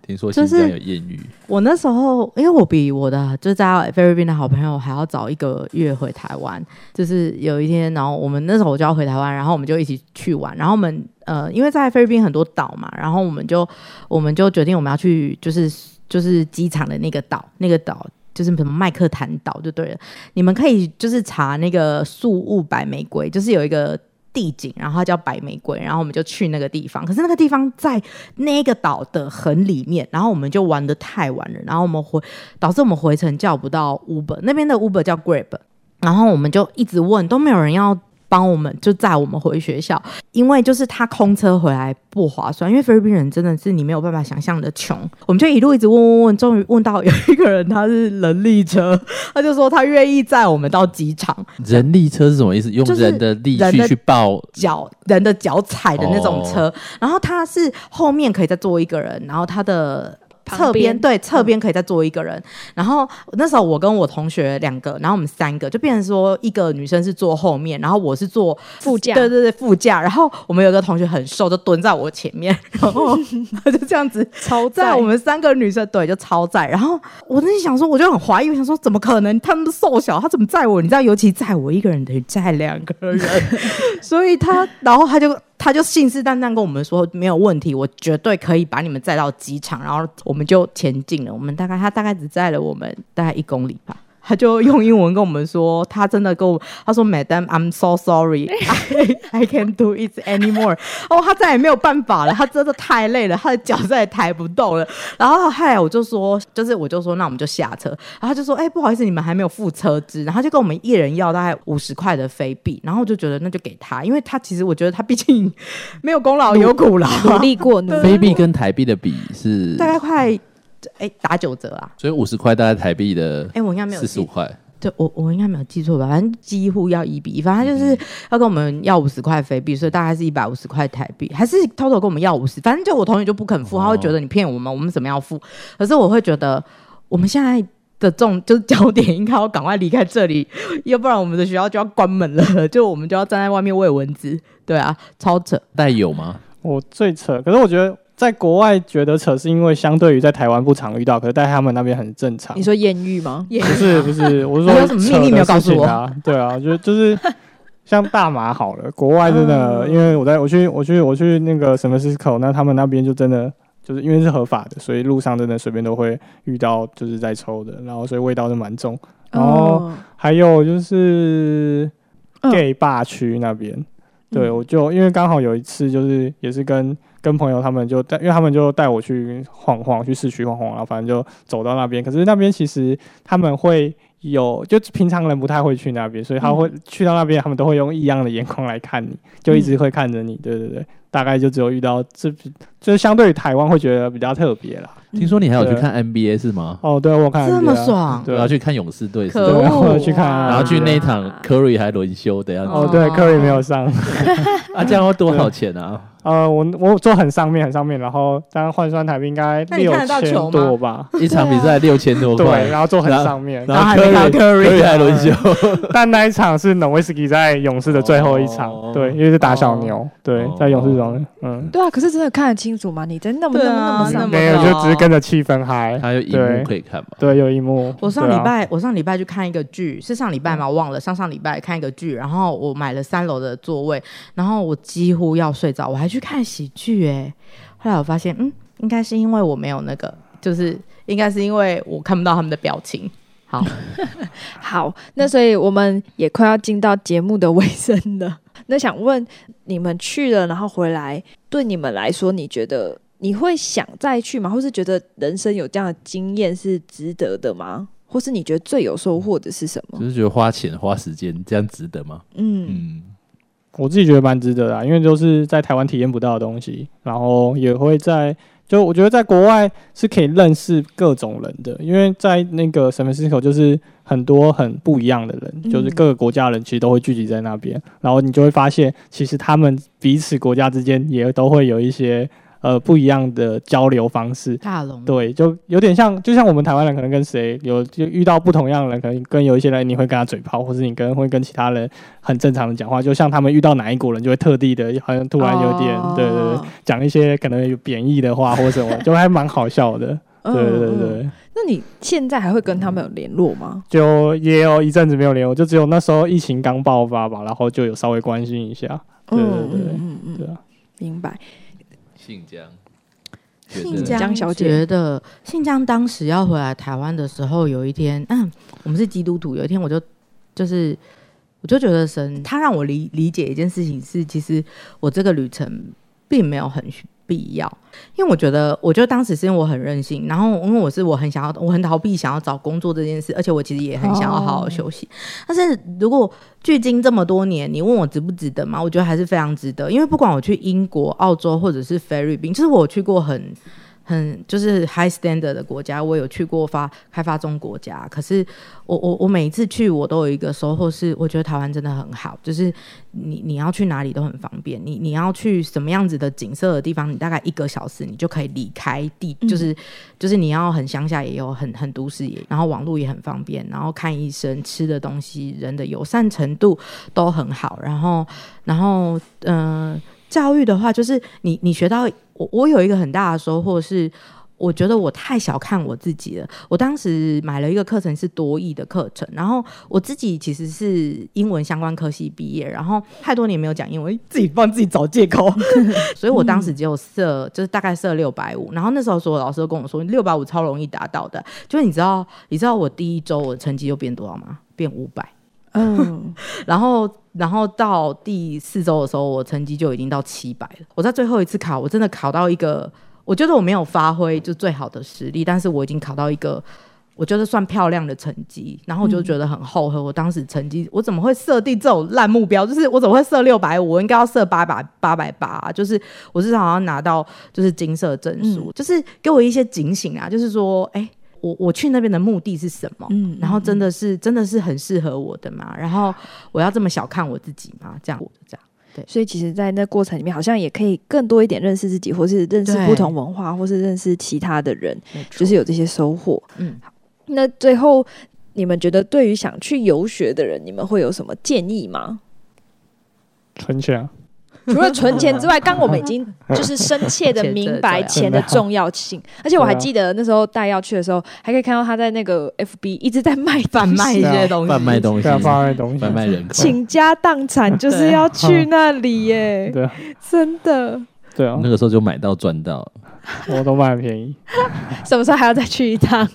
[SPEAKER 3] 听说
[SPEAKER 1] 就
[SPEAKER 3] 新
[SPEAKER 1] 是
[SPEAKER 3] 疆有艳遇，
[SPEAKER 1] 我那时候，因为我比我的就在菲律宾的好朋友还要早一个月回台湾，就是有一天，然后我们那时候我就要回台湾，然后我们就一起去玩，然后我们呃，因为在菲律宾很多岛嘛，然后我们就我们就决定我们要去就是就是机场的那个岛，那个岛。就是什么麦克坦岛就对了，你们可以就是查那个宿雾白玫瑰，就是有一个地景，然后它叫白玫瑰，然后我们就去那个地方。可是那个地方在那个岛的很里面，然后我们就玩的太晚了，然后我们回导致我们回程叫不到 Uber，那边的 Uber 叫 Grab，然后我们就一直问，都没有人要。帮我们就载我们回学校，因为就是他空车回来不划算，因为菲律宾人真的是你没有办法想象的穷。我们就一路一直问问问，终于问到有一个人他是人力车，他就说他愿意载我们到机场，
[SPEAKER 3] 人力车是什么意思？用
[SPEAKER 1] 就是
[SPEAKER 3] 人的力
[SPEAKER 1] 人
[SPEAKER 3] 气
[SPEAKER 1] 的
[SPEAKER 3] 去抱
[SPEAKER 1] 脚人的脚踩的那种车，然后它是后面可以再坐一个人，然后它的。
[SPEAKER 2] 旁
[SPEAKER 1] 侧边
[SPEAKER 2] 边
[SPEAKER 1] 对侧边可以再坐一个人，然后那时候我跟我同学两个，然后我们三个就变成说一个女生是坐后面，然后我是坐
[SPEAKER 2] 副驾
[SPEAKER 1] 对对对副驾，然后我们有一个同学很瘦就蹲在我前 面，然后他就这样子
[SPEAKER 2] 超
[SPEAKER 1] 在
[SPEAKER 2] 载
[SPEAKER 1] 我们三个女生对就超载，然后我那时想说，我就很怀疑，我想说怎么可能？他们瘦小，他怎么载我？你知道，尤其载我一个人等于载两个 人，所以他，然后他就他就信誓旦旦跟我们说没有问题，我绝对可以把你们载到机场，然后我们就前进了。我们大概他大概只载了我们大概一公里吧。他就用英文跟我们说，他真的跟我，他说，Madam, I'm so sorry, I I can't do it anymore。哦， 他再也没有办法了，他真的太累了，他的脚再也抬不动了。然后后来我就说，就是我就说，那我们就下车。然后他就说，哎、不好意思，你们还没有付车资。然后他就跟我们一人要大概五十块的飞币。然后我就觉得那就给他，因为他其实我觉得他毕竟没有功劳有苦劳啊，
[SPEAKER 2] 努力过，努力
[SPEAKER 3] 菲币跟台币的比是，
[SPEAKER 1] 大概快哎、打九折啊。
[SPEAKER 3] 所以五十块大概台币的
[SPEAKER 1] 哎、我应该没有
[SPEAKER 3] 四十五
[SPEAKER 1] 记，
[SPEAKER 3] 块，
[SPEAKER 1] 对我我应该没有记错吧？反正几乎要一比一，反正他就是要跟我们要五十块菲币，所以大概是一百五十块台币，还是偷偷跟我们要五十？反正就我同学就不肯付，
[SPEAKER 3] 哦
[SPEAKER 1] 他会觉得你骗我们，我们怎么要付？可是我会觉得我们现在。的重就是焦点应该要赶快离开这里，要不然我们的学校就要关门了，就我们就要站在外面喂蚊子。对啊，超扯。
[SPEAKER 3] 带有吗？
[SPEAKER 4] 我最扯，可是我觉得在国外觉得扯，是因为相对于在台湾不常遇到，可是在他们那边很正常
[SPEAKER 2] 你。说艳遇吗？
[SPEAKER 1] 也啊
[SPEAKER 4] 不是不是，我是
[SPEAKER 1] 你有
[SPEAKER 4] 说
[SPEAKER 1] 什么
[SPEAKER 4] 扯
[SPEAKER 1] 秘密没有
[SPEAKER 4] 的
[SPEAKER 1] 告诉
[SPEAKER 4] 事情啊？对啊，就就是像大麻好了，国外真的，
[SPEAKER 1] 嗯
[SPEAKER 4] 因为我在我去我去我去那个 San Francisco，那他们那边就真的。就是因为是合法的，所以路上真的随便都会遇到，就是在抽的，然后所以味道就蛮重。哦，还有就是
[SPEAKER 2] 嗯
[SPEAKER 4] gay 霸区那边，对
[SPEAKER 1] 嗯
[SPEAKER 4] 我就因为刚好有一次就是也是跟跟朋友他们就带，因为他们就带我去晃晃，去市区晃晃，然后反正就走到那边。可是那边其实他们会有，就平常人不太会去那边，所以他会、去到那边，他们都会用异样的眼光来看你，就一直会看着
[SPEAKER 1] 嗯
[SPEAKER 4] 你。对对对，大概就只有遇到这，就是相对于台湾会觉得比较特别啦。
[SPEAKER 1] 嗯
[SPEAKER 3] 听说你还有去
[SPEAKER 4] 对
[SPEAKER 3] 看 NBA 是吗？
[SPEAKER 4] 哦，对我有看
[SPEAKER 1] 这么
[SPEAKER 4] NBA
[SPEAKER 1] 爽
[SPEAKER 4] 对啊
[SPEAKER 3] 然后去看勇士队是
[SPEAKER 1] 可
[SPEAKER 3] 吗，
[SPEAKER 4] 对
[SPEAKER 1] 恶
[SPEAKER 4] 我有去看
[SPEAKER 1] 啊
[SPEAKER 4] 啊
[SPEAKER 3] 然后去那一场
[SPEAKER 2] 啊
[SPEAKER 3] Curry 还轮休的样子，
[SPEAKER 4] 哦，对，科里没有上。
[SPEAKER 3] 啊，这样要多少钱啊？
[SPEAKER 4] 呃，我我坐很上面，很上面，然后当然换算台币应该
[SPEAKER 1] 那你
[SPEAKER 4] 六
[SPEAKER 1] 看得到球吗
[SPEAKER 4] 千多吧？
[SPEAKER 3] 一场比赛六千多块
[SPEAKER 4] 啊对，，啊然后坐很
[SPEAKER 3] 然后
[SPEAKER 4] 上面。嗯
[SPEAKER 3] 然
[SPEAKER 1] 后
[SPEAKER 3] 后
[SPEAKER 1] 还没看
[SPEAKER 3] Curry 还轮休，
[SPEAKER 4] 但那一场是 n o w i s k y 在勇士的最后一场，
[SPEAKER 3] 哦
[SPEAKER 4] 对，因为是打小牛，对
[SPEAKER 3] 哦，
[SPEAKER 4] 在勇士中，嗯，
[SPEAKER 2] 对啊，可是真的看得清楚吗？你真那么
[SPEAKER 1] 对
[SPEAKER 2] 那
[SPEAKER 1] 啊
[SPEAKER 2] 么那么
[SPEAKER 1] 那
[SPEAKER 2] 上
[SPEAKER 1] 么
[SPEAKER 2] 面，
[SPEAKER 4] 没有，
[SPEAKER 1] 高
[SPEAKER 4] 就只是跟着气氛嗨。
[SPEAKER 3] 还有荧幕可以看吧？
[SPEAKER 4] 对，有一幕。
[SPEAKER 1] 我上
[SPEAKER 4] 对
[SPEAKER 1] 礼
[SPEAKER 4] 啊
[SPEAKER 1] 拜，我上礼拜去看一个剧，是上礼拜吗？忘了，上上礼拜看一个剧，然后我买了三楼的座位，然后我几乎要睡着，我还去看喜剧哎、后来我发现，嗯，应该是因为我没有那个，就是应该是因为我看不到他们的表情。好，
[SPEAKER 2] 好，那所以我们也快要进到节目的尾声了。 那想问你们去了，然后回来，对你们来说，你觉得你会想再去吗？或是觉得人生有这样的经验是值得的吗？或是你觉得最有收获的是什么？
[SPEAKER 3] 就是觉得花钱花时间这样值得吗？
[SPEAKER 2] 嗯，
[SPEAKER 3] 嗯，
[SPEAKER 4] 我自己觉得蛮值得的、啊，因为就是在台湾体验不到的东西，然后也会在就我觉得在国外是可以认识各种人的，因为在那个 San Francisco 就是很多很不一样的人，
[SPEAKER 2] 嗯
[SPEAKER 4] 就是各个国家的人其实都会聚集在那边，然后你就会发现其实他们彼此国家之间也都会有一些。呃不一样的交流方式。
[SPEAKER 1] 大龙，
[SPEAKER 4] 对，就有点像，就像我们台湾人可能跟谁有就遇到不同样的人，可能跟有一些人你会跟他嘴炮，或是你跟会跟其他人很正常的讲话，就像他们遇到哪一国人就会特地的，好像突然有点、
[SPEAKER 2] 哦
[SPEAKER 4] 对对对，讲一些可能有贬义的话或什么，就还蛮好笑的。对对对对，
[SPEAKER 2] 嗯那你现在还会跟他们有联络吗？
[SPEAKER 4] 就也有一阵子没有联络，就只有那时候疫情刚爆发吧，然后就有稍微关心一下。对对对对
[SPEAKER 2] 嗯嗯
[SPEAKER 4] 对啊，
[SPEAKER 2] 明白。
[SPEAKER 3] 信江，觉得
[SPEAKER 1] 信江
[SPEAKER 2] 江小姐
[SPEAKER 1] 觉得信江当时要回来台湾的时候，有一天， 嗯，我们是基督徒，有一天我就就是我就觉得神，他让我理理解一件事情是，其实我这个旅程并没有很必要，因为我觉得，我觉得当时是因为我很任性，然后因为我是我很想要，我很逃避想要找工作这件事，而且我其实也很想要好好休息。但是如果距今这么多年，你问我值不值得吗？我觉得还是非常值得，因为不管我去英国、澳洲或者是菲律宾，就是我去过很。很就是 high standard 的国家，我有去过发开发中国家，可是我我我每一次去，我都有一个收获是，我觉得台湾真的很好，就是你你要去哪里都很方便，你你要去什么样子的景色的地方，你大概一个小时你就可以离开地，就是、就是你要很乡下也有，很很都市也，然后网络也很方便，然后看医生、吃的东西、人的友善程度都很好，然后然后嗯、呃教育的话，就是你你学到我我有一个很大的收获是。我觉得我太小看我自己了。我当时买了一个课程是多义的课程，然后我自己其实是英文相关科系毕业，然后太多年没有讲英文，自己帮自己找借口，所以我当时只有设就是大概设六百五，然后那时候所有老师都跟我说六百五超容易达到的，就是你知道你知道我第一周我的成绩又变多少吗？变五百。
[SPEAKER 2] 嗯，
[SPEAKER 1] 然后，然后到第四周的时候，我成绩就已经到七百了。我在最后一次考，我真的考到一个，我觉得我没有发挥就最好的实力，但是我已经考到一个。我觉得算漂亮的成绩，然后我就觉得很后悔。我当时成绩，我怎么会设定这种烂目标？就是我怎么会设六百五？我应该要设八百八百八，啊就是我至少要拿到就是金色证书，就是给我一些警醒啊。就是说，哎、我我去那边的目的是什么？
[SPEAKER 2] 嗯
[SPEAKER 1] 然后真的是真的是很适合我的嘛？然后我要这么小看我自己吗？这样这样，
[SPEAKER 2] 所以其实，在那过程里面，好像也可以更多一点认识自己，或是认识
[SPEAKER 1] 对
[SPEAKER 2] 不同文化，或是认识其他的人，
[SPEAKER 1] 就
[SPEAKER 2] 就是有这些收获。
[SPEAKER 1] 嗯，
[SPEAKER 2] 那最后，你们觉得对于想去游学的人，你们会有什么建议吗？
[SPEAKER 4] 存钱啊，
[SPEAKER 2] 除了存 钱之外，刚我们已经就是深切的明白钱
[SPEAKER 4] 钱
[SPEAKER 2] 的
[SPEAKER 1] 啊
[SPEAKER 4] 的
[SPEAKER 2] 重要性，而且我还记得那时候带要去的时候，还可以看到他在那个 FB 一直在卖
[SPEAKER 1] 贩
[SPEAKER 2] 东西
[SPEAKER 1] 卖一些东西，
[SPEAKER 3] 贩卖东西
[SPEAKER 4] 对，啊，贩卖东西
[SPEAKER 3] 贩，卖人口，
[SPEAKER 2] 倾家荡产
[SPEAKER 1] 啊
[SPEAKER 2] 就是要去那里耶，
[SPEAKER 4] 对啊，
[SPEAKER 2] 真的，
[SPEAKER 4] 对啊
[SPEAKER 3] 那，个时候就买到赚到，
[SPEAKER 4] 我都卖很便宜。
[SPEAKER 1] 啊
[SPEAKER 2] 什么时候还要再去一趟？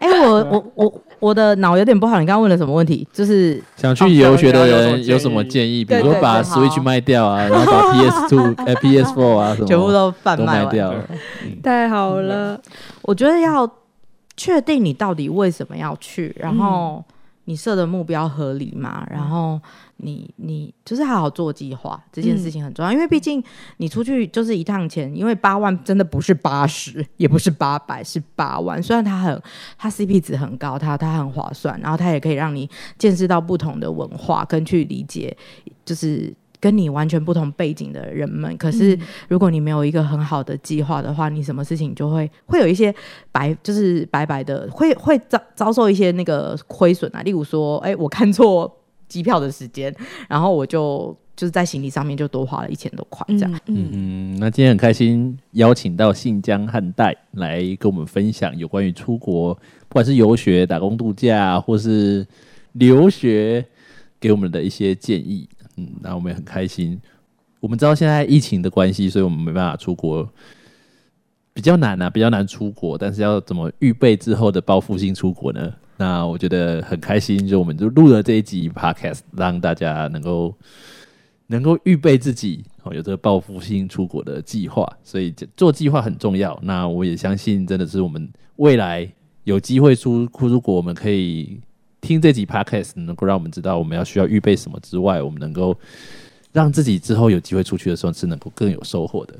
[SPEAKER 1] 哎、我我我我的脑有点不好，你刚刚问了什么问题？就是
[SPEAKER 3] 想
[SPEAKER 4] 哦
[SPEAKER 3] 去游学的
[SPEAKER 4] 想要
[SPEAKER 3] 人有
[SPEAKER 4] 有
[SPEAKER 3] 什
[SPEAKER 4] 什
[SPEAKER 3] 么
[SPEAKER 4] 么
[SPEAKER 3] 建
[SPEAKER 4] 建
[SPEAKER 3] 议？比
[SPEAKER 2] 对
[SPEAKER 3] 如说把
[SPEAKER 1] 对对
[SPEAKER 3] Switch 卖掉啊，然后把 PS Two、呃 PS Four 啊什么
[SPEAKER 1] 全部都贩
[SPEAKER 3] 都
[SPEAKER 1] 卖
[SPEAKER 3] 卖
[SPEAKER 1] 完
[SPEAKER 3] 掉了。
[SPEAKER 2] 太好
[SPEAKER 1] 嗯
[SPEAKER 2] 了，
[SPEAKER 1] 我觉得要确定你到底为什么要去，然后你设的目标合理嘛，然后你你就是好好做计划，这件事情很重要，因为毕竟你出去就是一趟钱，因为八万真的不是八十， 也不是八百，是八万。虽然它很它 CP 值很高，它它很划算，然后它也可以让你见识到不同的文化，跟去理解就是。跟你完全不同背景的人们，可
[SPEAKER 2] 嗯
[SPEAKER 1] 是如果你没有一个很好的计划的话，你什么事情就会会有一些白，就是白白的，会会遭遭受一些那个亏损啊。例如说，哎、我看错机票的时间，然后我就就是在行李上面就多花了一千多块这样。
[SPEAKER 2] 嗯嗯
[SPEAKER 3] 嗯，那今天很开心邀请到信江汉代来跟我们分享有关于出国，不管是游学、打工度假，或是留学，给我们的一些建议。嗯，那我们也很开心。我们知道现在疫情的关系，所以我们没办法出国，比较难啊，比较难出国。但是要怎么预备之后的报复性出国呢？那我觉得很开心，就我们就录了这一集 podcast，让大家能够能够预备自己哦，有这个报复性出国的计划，所以这做计划很重要。那我也相信，真的是我们未来有机会出出国，我们可以听这集 podcast，能够让我们知道我们要需要预备什么之外，我们能够让自己之后有机会出去的时候是能够更有收获的。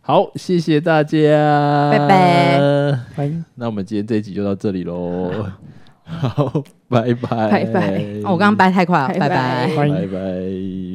[SPEAKER 3] 好，谢谢大家，
[SPEAKER 1] 拜拜。
[SPEAKER 4] 拜
[SPEAKER 3] 那我们今天这一集就到这里喽，好，拜拜，
[SPEAKER 2] 拜拜
[SPEAKER 3] 哎
[SPEAKER 1] 哦，我刚刚掰太快了，
[SPEAKER 2] 嗯
[SPEAKER 1] 拜
[SPEAKER 2] 拜
[SPEAKER 1] 拜
[SPEAKER 4] 拜
[SPEAKER 3] 拜拜。